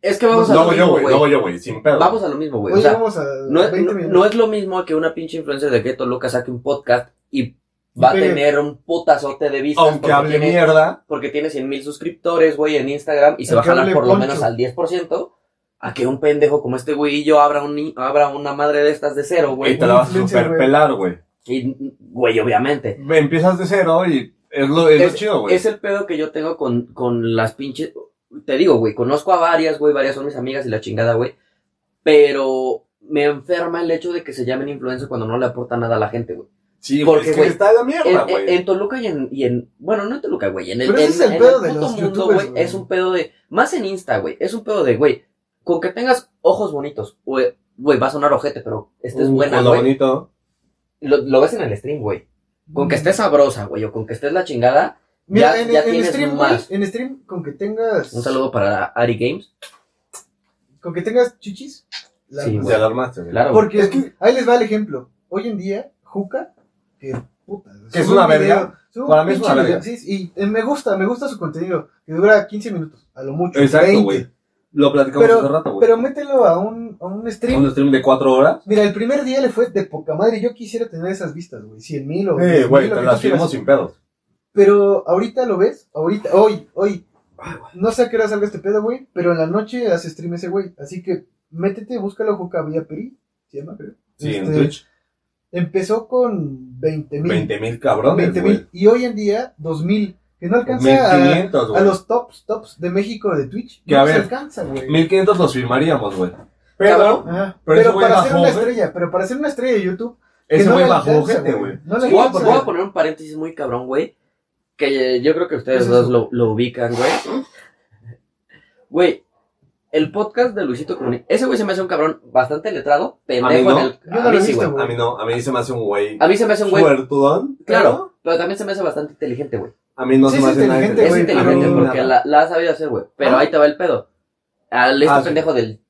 Es que vamos a lo
Luego yo,
mismo,
güey, luego
güey.
yo, güey, sin pedo.
Vamos a lo mismo, güey. O
Oye,
sea,
vamos a
No, es-
20
no-
minutos.
no es lo mismo que una pinche influencer de que Toluca saque un podcast y va a
Pegue.
tener un putazote de vistas
Aunque
porque
hable
tiene,
mierda,
porque tiene 100 mil suscriptores, güey, en Instagram y se va a
Aunque
jalar
hable
por lo
Poncho.
menos al 10%. A que un pendejo como este güey y yo abra, un, ni- abra una madre de estas de cero,
güey,
güey.
te la vas a
influencer,
super
güey.
pelar, güey.
Y, güey, obviamente.
Ve, Empiezas de cero y es lo, es lo chido, güey.
Es el pedo que yo tengo con, con las pinches. Te digo, güey, conozco a varias, güey, varias son mis amigas y la chingada, güey. Pero me enferma el hecho de que se llamen influencer cuando no le aporta nada a la gente, güey.
Sí,
porque,
porque, es que
güey,
está de la
En,
mierda,
en-
güey.
en Toluca y en, y en- Bueno, no en Toluca, güey. En el,
Pero ese
en-
es el
en
pedo
el
de
puto
los
mundo,
youtubers,
güey.
güey.
Es un pedo de. Más en Insta, güey. Es un pedo de, güey. Con que tengas ojos bonitos, güey. Güey, va a sonar ojete, pero estés
Mm,
Un
buena,
culo
güey.
Uh, bonito.
Lo, lo ves en el stream, güey. Con
Mm.
Mm.
que estés sabrosa, güey, o con que estés la chingada.
Mira,
ya-
en,
ya
en
tienes
stream, güey,
más.
en stream, con que tengas.
Un saludo para Ari Games.
Con que tengas chichis. la-
Sí,
Te
güey.
alarmaste, güey.
Claro, güey.
Porque ahí les va el ejemplo. Hoy en día, Juca, que puta.
Que es
sube
una
un
verga.
video, sube un
Para mí es
pinche
una
video,
verga.
sí, sí, y eh, me gusta, me gusta su contenido, que dura 15 minutos, a lo mucho.
Exacto,
20,
güey. Lo platicamos
Pero-
hace rato, güey.
Pero mételo a un, a un stream.
Un stream de cuatro horas.
Mira, el primer día le fue de poca madre. Yo quisiera tener esas vistas, güey. 100 mil o.
Eh,
10,000,
güey,
lo
te
que
las
tú quieras.
firmo sin pedos.
Pero ahorita lo ves, ahorita, hoy, hoy. No sé a qué hora salga este pedo, güey, pero en la noche hace stream ese güey. Así que métete, búscalo, Juca Villa Peri. Se llama, creo.
Sí, en
Este,
Twitch.
Empezó con 20 mil.
20 mil cabrones,
20,000,
güey.
Y hoy en día, 2000. Que no alcanza a,
1500,
a
güey.
los tops, tops de México de Twitch.
Que
no
a
se
ver,
alcanza, güey.
1500 los firmaríamos, güey.
Cabrón.
Pero
Ajá.
Pero ese
Pero,
güey
para
bajó,
ser una
güey.
estrella, pero para ser una estrella de YouTube. que
ese
no
güey
le
bajó
alcanza,
gente, güey.
No le
Voy a,
alcanza.
voy a poner un paréntesis muy cabrón, güey. Que eh, yo creo que ustedes
¿Qué es
dos
eso?
lo, lo ubican, güey. Güey, el podcast de Luisito Comunica. Ese güey se me hace un cabrón bastante letrado, pendejo
no.
en el.
Yo no
a
lo
mí
he
sí,
visto,
güey.
A mí no, a mí se me hace un güey.
A mí se me hace un güey.
Suertudón.
Claro, pero también se me hace bastante inteligente, güey.
A mí no
Sí,
se me
es
hace nada
inteligente,
Es
Güey,
inteligente
pero-
porque la, la ha sabido hacer, güey. Pero
Ah.
ahí te va el pedo. Al este
Ah, sí.
pendejo del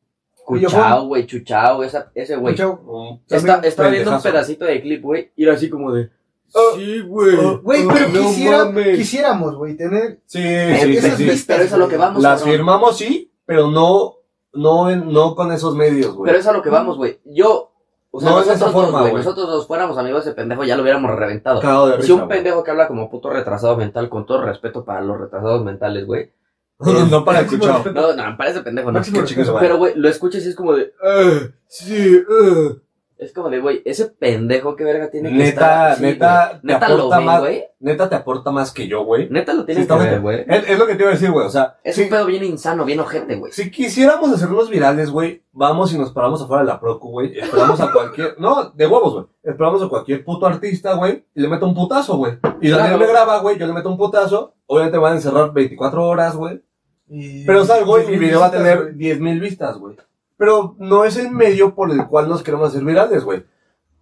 Oye,
Cuchao, güey, Chuchao, esa- ese güey.
Chau.
Mm.
También
Está, estaba viendo un
pendejazo.
pedacito de clip, güey, y era así como de.
Ah,
sí, güey.
Güey, pero
No
quisiera-
mames.
quisiéramos, güey, tener.
Sí,
Eh,
sí,
esas
sí, sí.
vistas, Pero es a lo que vamos,
Las
cabrón.
firmamos, sí, pero no, no, en- no con esos medios, güey.
Pero es a lo que vamos, güey. Yo. O sea,
Pues, No, es de esa
nosotros, dos,
forma,
güey,
güey.
nosotros nos fuéramos amigos de ese pendejo, ya lo hubiéramos reventado.
Cagado de
si
risa,
un
güey.
pendejo que habla como puto retrasado mental, con todo respeto para los retrasados mentales, güey.
no para escuchar.
No, no, para ese pendejo, no.
Máximo
que chingue su madre.
Pero, güey, lo escuchas y es como de.
Eh, sí, eh.
Es como de, güey, ese pendejo, qué verga tiene que
Neta,
estar. Sí,
neta,
güey.
te
neta lo
aporta
ven,
más.
güey.
Neta te aporta más que yo, güey.
Neta lo tiene
Sí,
que
está
ver, güey.
Es, es lo que te iba a decir, güey. O sea,
Es
sí.
un pedo bien insano, bien ojete, güey.
Si quisiéramos hacernos virales, güey, vamos y nos paramos afuera de la Procu, güey. Esperamos a cualquier. No, de huevos, güey. Esperamos a cualquier puto artista, güey, y le meto un putazo, güey. Y Daniel
Claro.
me graba, güey, yo le meto un putazo. Obviamente me van a encerrar 24 horas, güey.
y-
Pero salgo y mi
visitas,
video va a tener
güey.
10.000 vistas, güey. Pero no es el medio por el cual nos queremos hacer virales, güey.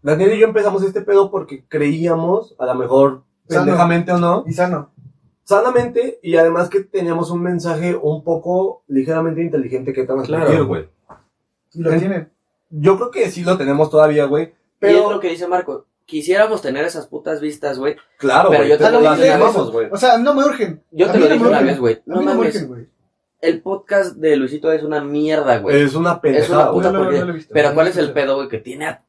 Daniel y yo empezamos este pedo porque creíamos, a lo mejor,
Sano.
pendejamente o no,
Y sano.
sanamente y además que teníamos un mensaje un poco ligeramente inteligente que transmitir,
Claro.
güey.
Y lo
En-
tienen.
Yo creo que sí lo tenemos todavía, güey.
Y es lo
Pero,
que dice Marco. Quisiéramos tener esas putas vistas, güey.
claro,
pero
güey,
yo
pero
te lo
las
dije,
firmamos, güey.
O sea, no me urgen.
Yo
A
te
mí
lo
no
dije
me
una
urgen.
vez, güey.
A
No
mí no me
mames.
urgen, güey.
El podcast de Luisito es una mierda, güey. Es
Es una
una
pendejada,
puta
güey.
No, no,
porquería.
no lo he visto.
Pero
No
¿cuál
lo he
es el
visto.
pedo, güey? Que tiene a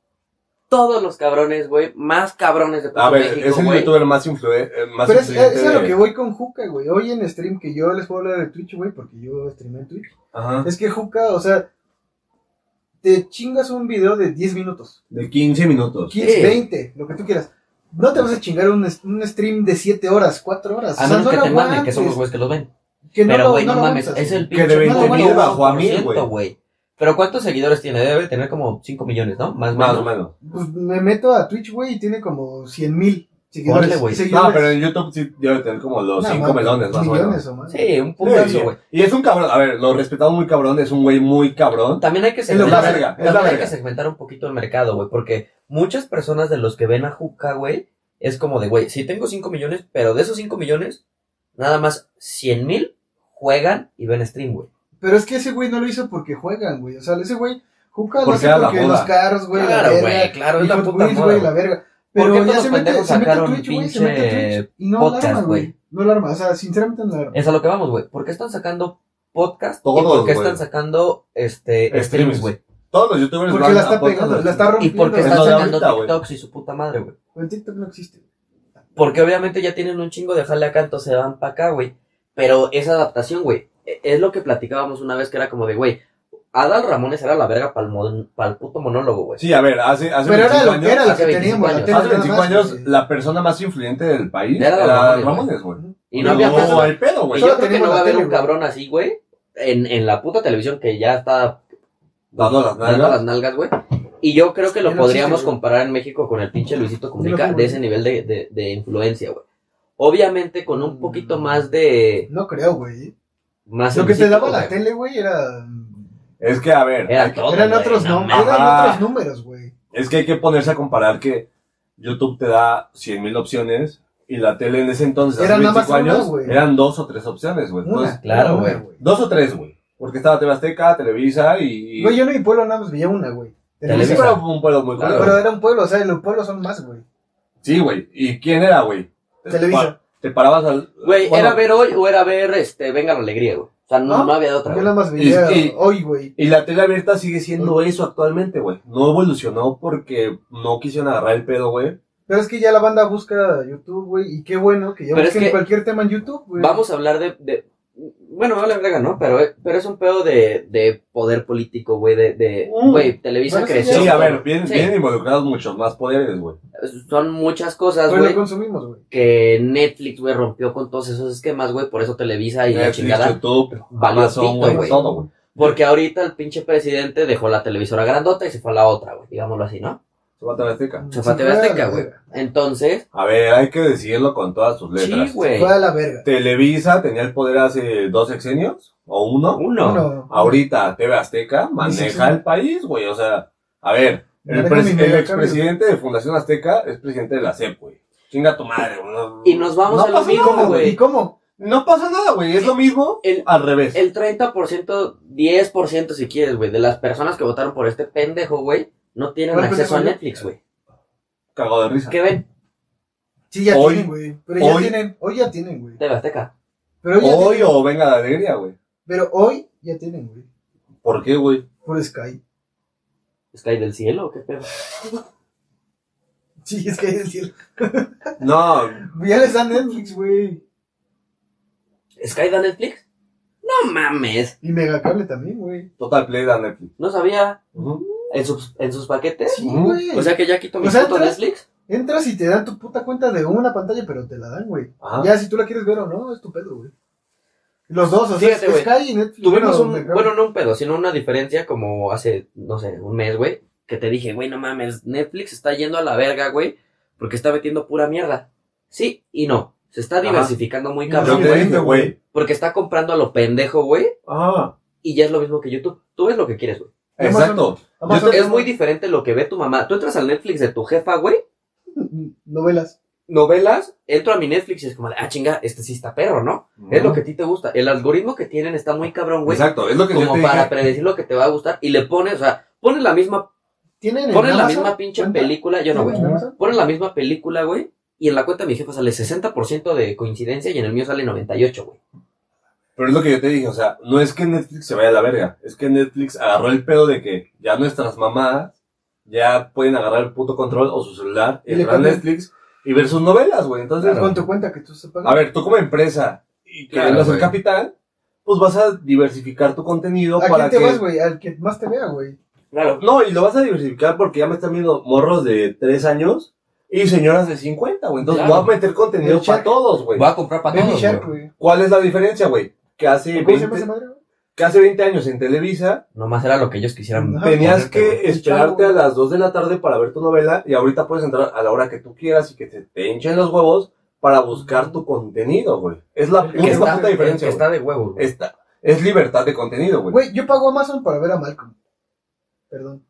todos los cabrones, güey. Más cabrones de
A
puto
ver, es
México,
el
güey.
youtuber más, influen- eh, más
Pero es,
influyente.
es a lo
de-
que voy con Juca, güey. Hoy en stream que yo les puedo hablar de Twitch, güey, porque yo streamé en Twitch.
Ajá.
Es que Juca, o sea, te chingas un video de 10 minutos,
De 15 minutos.
15,
Sí.
20, lo que tú quieras. No te vas a chingar un, un stream de 7 horas, 4 horas.
A
o sea,
menos
no
que
lo
te mamen, que
aguantes,
somos güeyes que los ven.
que no
Pero,
lo-
güey, no,
lo
mames.
aguantas,
Es el
Que de
pinche
20
número
mil bajó a
uno por
mil,
ciento,
güey.
güey. Pero ¿cuántos seguidores tiene? Debe tener como 5 millones, ¿no? Más,
Más o
menos.
menos.
Pues me meto a Twitch, güey, y tiene como 100 mil
Órale,
seguidores.
güey.
seguidores.
No, pero en YouTube sí debe tener como los
Nada
5
más,
melones, más o menos.
millones o más.
Sí, un putazo,
Sí,
güey.
Y es un cabrón, a ver, lo respetamos muy cabrón, es un güey muy cabrón.
También hay que
Es lo
Es la
segmentar,
que-
verga, es
también
la
hay que
verga.
segmentar un poquito el mercado, güey. Porque muchas personas de los que ven a Juca, güey, es como de, güey, sí tengo 5 millones, pero de esos 5 millones, nada más 100 mil juegan y ven stream, güey.
Pero es que ese güey no lo hizo porque juegan, güey. O sea, ese güey Juca lo
Porque
hace
era la
porque
moda.
los carros, güey,
Claro,
la
güey,
verga.
claro, es
y
la
Hot
puta
Wheels,
moda,
güey, la
güey.
verga.
¿Por
Pero
qué todos
ya
los
se mete,
pendejos
se mete a
sacaron
Twitch, güey,
pinche
se mete a Twitch. Y no
podcast,
la arma, güey.
güey?
No la arma, o sea, sinceramente no la arma.
Es a lo que vamos, güey. ¿Por qué están sacando podcast? ¿Y
Todos,
por qué
güey.
están sacando este
Streams.
streams, güey?
Todos los youtubers
Porque
van
la
a
está
podcast,
pegando,
los-
la está
¿Y
rompiendo.
por qué
Es
están
lo de
sacando
ahorita, güey.
TikToks y su puta madre, güey?
El TikTok no existe.
Porque obviamente ya tienen un chingo de jale acá, entonces se van para acá, güey. Pero esa adaptación, güey, e- es lo que platicábamos una vez que era como de, güey, Adal Ramones era la verga para el puto monólogo, güey.
Sí, a ver, hace, hace
Pero era
25
lo que era, lo
hace
que
25
teníamos. la
años.
tele
Hace
nada
25
más,
años,
güey.
la persona más influyente del país
Era
era,
Ramones,
Ramones, güey.
Y no, había
No,
pedo, güey.
hay pedo,
Y
güey.
Solo
yo creo que
tenemos
no va
la
a haber
tele,
un
güey.
cabrón así, güey, en, en la puta televisión que ya está
Dando las
dando
nalgas.
las nalgas, güey. Y yo creo que lo
Ya no
podríamos
existe, güey.
comparar en México con el pinche Luisito
Ya
Comunica
no
de
fue,
ese nivel de, de- de influencia, güey. Obviamente con un poquito más de...
No creo, güey.
Más
Lo que te
Luisito,
daba la
güey.
tele, güey, era...
Es que, a ver,
Era
hay que-
todo,
Eran
güey,
otros
no
nombres,
mames.
eran
Ajá.
otros números, güey.
es que hay que ponerse a comparar que YouTube te da 100.000 opciones y la tele en ese entonces, hace
Eran nada más
25 años,
una, güey.
eran dos o tres opciones, güey.
Una.
Entonces,
claro,
una,
güey.
Dos o tres, güey. Porque estaba TV Azteca, Televisa y...
Güey, yo en mi pueblo nada más veía una, güey.
Televisa.
Sí, pero fue un pueblo muy
Claro.
culero.
Pero era un pueblo, o sea, los pueblos son más, güey.
Sí, güey. ¿Y quién era, güey?
Televisa.
Te parabas al...
Güey,
bueno,
era ver hoy o era ver, este, Venga la Alegría, güey. O sea, no,
¿No?
no había de otra,
Yo
güey.
nada más veía
Y- y-
hoy, güey.
Y la tele abierta sigue siendo eso actualmente, güey. No evolucionó porque no quisieron agarrar el pedo, güey.
Pero es que ya la banda busca YouTube, güey. Y qué bueno que ya
Pero es
busquen
que-
cualquier tema en YouTube, güey.
Vamos a hablar de... de- bueno, no la verga, ¿no? Pero, pero es un pedo de, de poder político, güey, de... de-
Mm.
Güey, Televisa
Bueno, sí,
creció.
Sí, a
güey.
ver, vienen,
Sí.
vienen involucrados muchos más poderes, güey.
Son muchas cosas,
Pero
güey.
lo consumimos, güey.
que Netflix, güey, rompió con todos esos esquemas, güey, por eso Televisa y la
Netflix,
chingada.
YouTube,
Valió
Amazon,
pito,
güey,
güey.
todo, güey.
Porque ahorita el pinche presidente dejó la televisora grandota y se fue a la otra, güey, digámoslo así, ¿no?
Se va a TV Azteca.
Se fue a
Sí,
TV
fue a la
Azteca, güey.
verga.
Entonces,
A ver, hay que decirlo con todas sus letras.
sí, güey.
Fue a la verga.
Televisa tenía el poder hace dos sexenios o uno.
Uno.
Bueno,
Ahorita TV Azteca
Sí, sí,
maneja
sí.
el país, güey. O sea, a ver, el,
Maneja
pres-
mi
el
medio
expresidente de Fundación Azteca es presidente de la CEP, güey. Chinga tu madre, güey. No-
Y nos vamos
no
a lo
pasa
¿Y
mismo,
nada,
cómo,
güey.
güey? ¿Y cómo?
No pasa nada, güey. Es lo mismo
El-
al revés.
El 30%, 10% si quieres, güey, de las personas que votaron por este pendejo, güey, no tienen
¿Cuál
acceso a
pendejo?
Netflix, güey.
Cagado de risa.
¿Qué ven?
Sí, ya
Hoy-
tienen, güey. Pero ya
hoy-
tienen, hoy ya tienen, güey.
TV Azteca.
Pero hoy, ya tienen-
Hoy o venga la alegría, güey.
pero hoy ya tienen, güey.
¿Por qué, güey?
Por Sky.
¿Sky del cielo o qué pedo?
Sí, es que es decir,
No,
ya les dan Netflix, güey.
¿Sky da Netflix? No mames.
Y Megacable también, güey.
Total Play da Netflix.
No sabía. ¿En sus, en sus paquetes?
Sí, güey.
O sea que ya quito mi
O sea,
puto
entras-
Netflix.
Entras y te dan tu puta cuenta de una pantalla, pero te la dan, güey.
Ah.
Ajá.
Ya si tú la quieres ver o no, es tu pedo, güey. Los dos, o sea,
Fíjate, güey.
Sky y Netflix.
Tuvimos
bueno,
un,
Megacable.
bueno, no un pedo, sino una diferencia como hace, no sé, un mes, güey, que te dije, güey, no mames, Netflix está yendo a la verga, güey, porque está metiendo pura mierda. Sí y no. Se está
Ajá.
diversificando muy
Yo
cabrón,
te
güey.
dije, güey.
Porque está comprando a lo pendejo, güey.
Ah,
Y ya es lo mismo que YouTube. Tú ves lo que quieres, güey.
exacto.
Amazon
Es
no-
muy diferente lo que ve tu mamá. Tú entras al Netflix de tu jefa, güey.
Novelas.
Novelas. Entro a mi Netflix y es como de, ah, chinga, este sí está perro, ¿no? Es lo que a ti te gusta. El algoritmo que tienen está muy cabrón, güey.
Exacto, es lo que yo te
Como
dije.
para predecir lo que te va a gustar. Y le pones, o sea, pones la misma,
¿Tienen en
pones la
Amazon
misma pinche
cuenta?
película. Yo no, güey.
¿Tienen en Amazon?
Pones la misma película, güey. Y en la cuenta de mi jefa sale 60% de coincidencia y en el mío sale 98, güey.
Pero es lo que yo te dije, o sea, no es que Netflix se vaya a la verga, es que Netflix agarró el pedo de que ya nuestras mamás ya pueden agarrar el puto control o su celular,
Y le
entrar a
cambian.
Netflix y ver sus novelas, güey. Entonces,
Con tu cuenta que tú se pagas.
a ver, tú como empresa y que
Claro,
vendas el
güey.
capital, pues vas a diversificar tu contenido
¿A
para
quién te
que...
vas, güey? Al que más te vea, güey.
Claro.
No, y lo vas a diversificar porque ya me están viendo morros de 3 años y señoras de 50, güey. Entonces
Claro.
voy a meter contenido
El
para
Shark.
todos, güey.
Voy a comprar para
Baby
todos,
Shark,
güey.
güey.
¿Cuál es la diferencia, güey? Que hace,
¿Cómo se llama
20,
esa madre, güey?
que hace 20 años en Televisa
Nomás era lo que ellos quisieran.
Ajá.
tenías
ponerte, Ah, pues, güey.
que esperarte a las 2 de la tarde para ver tu novela y ahorita puedes entrar a la hora que tú quieras y que te, te hinchen los huevos para buscar tu contenido, güey. Es la,
Que
Que
es la
está,
puta diferencia,
que
güey.
está de huevos, güey.
Esta- es libertad de contenido, güey.
Güey, yo pago Amazon para ver a Malcolm. Perdón.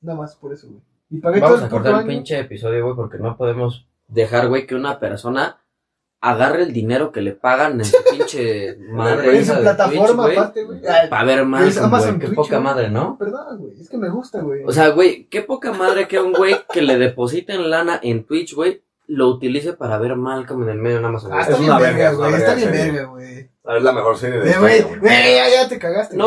Nada más por eso, güey. Y pagué
Vamos
todo
a
el puto
cortar el
año.
pinche episodio, güey, porque no podemos dejar, güey, que una persona agarre el dinero que le pagan en su pinche madre.
Pero
en su plataforma aparte, güey. Ay,
Para ver más,
Es Amazon
Qué
Twitch,
poca
güey.
madre, ¿no?
Perdón, güey. Es que me gusta, güey.
O sea, güey, qué poca madre que un güey que le depositen lana en Twitch, güey, lo utilice para ver Malcolm en el medio de Amazon.
Ah,
güey.
está
es
bien
una
verga,
verga, es una
güey. Está
verga,
bien
sí.
verga, güey.
Es la mejor serie de
Eh,
España,
Güey, güey, ya, ya te cagaste.
No,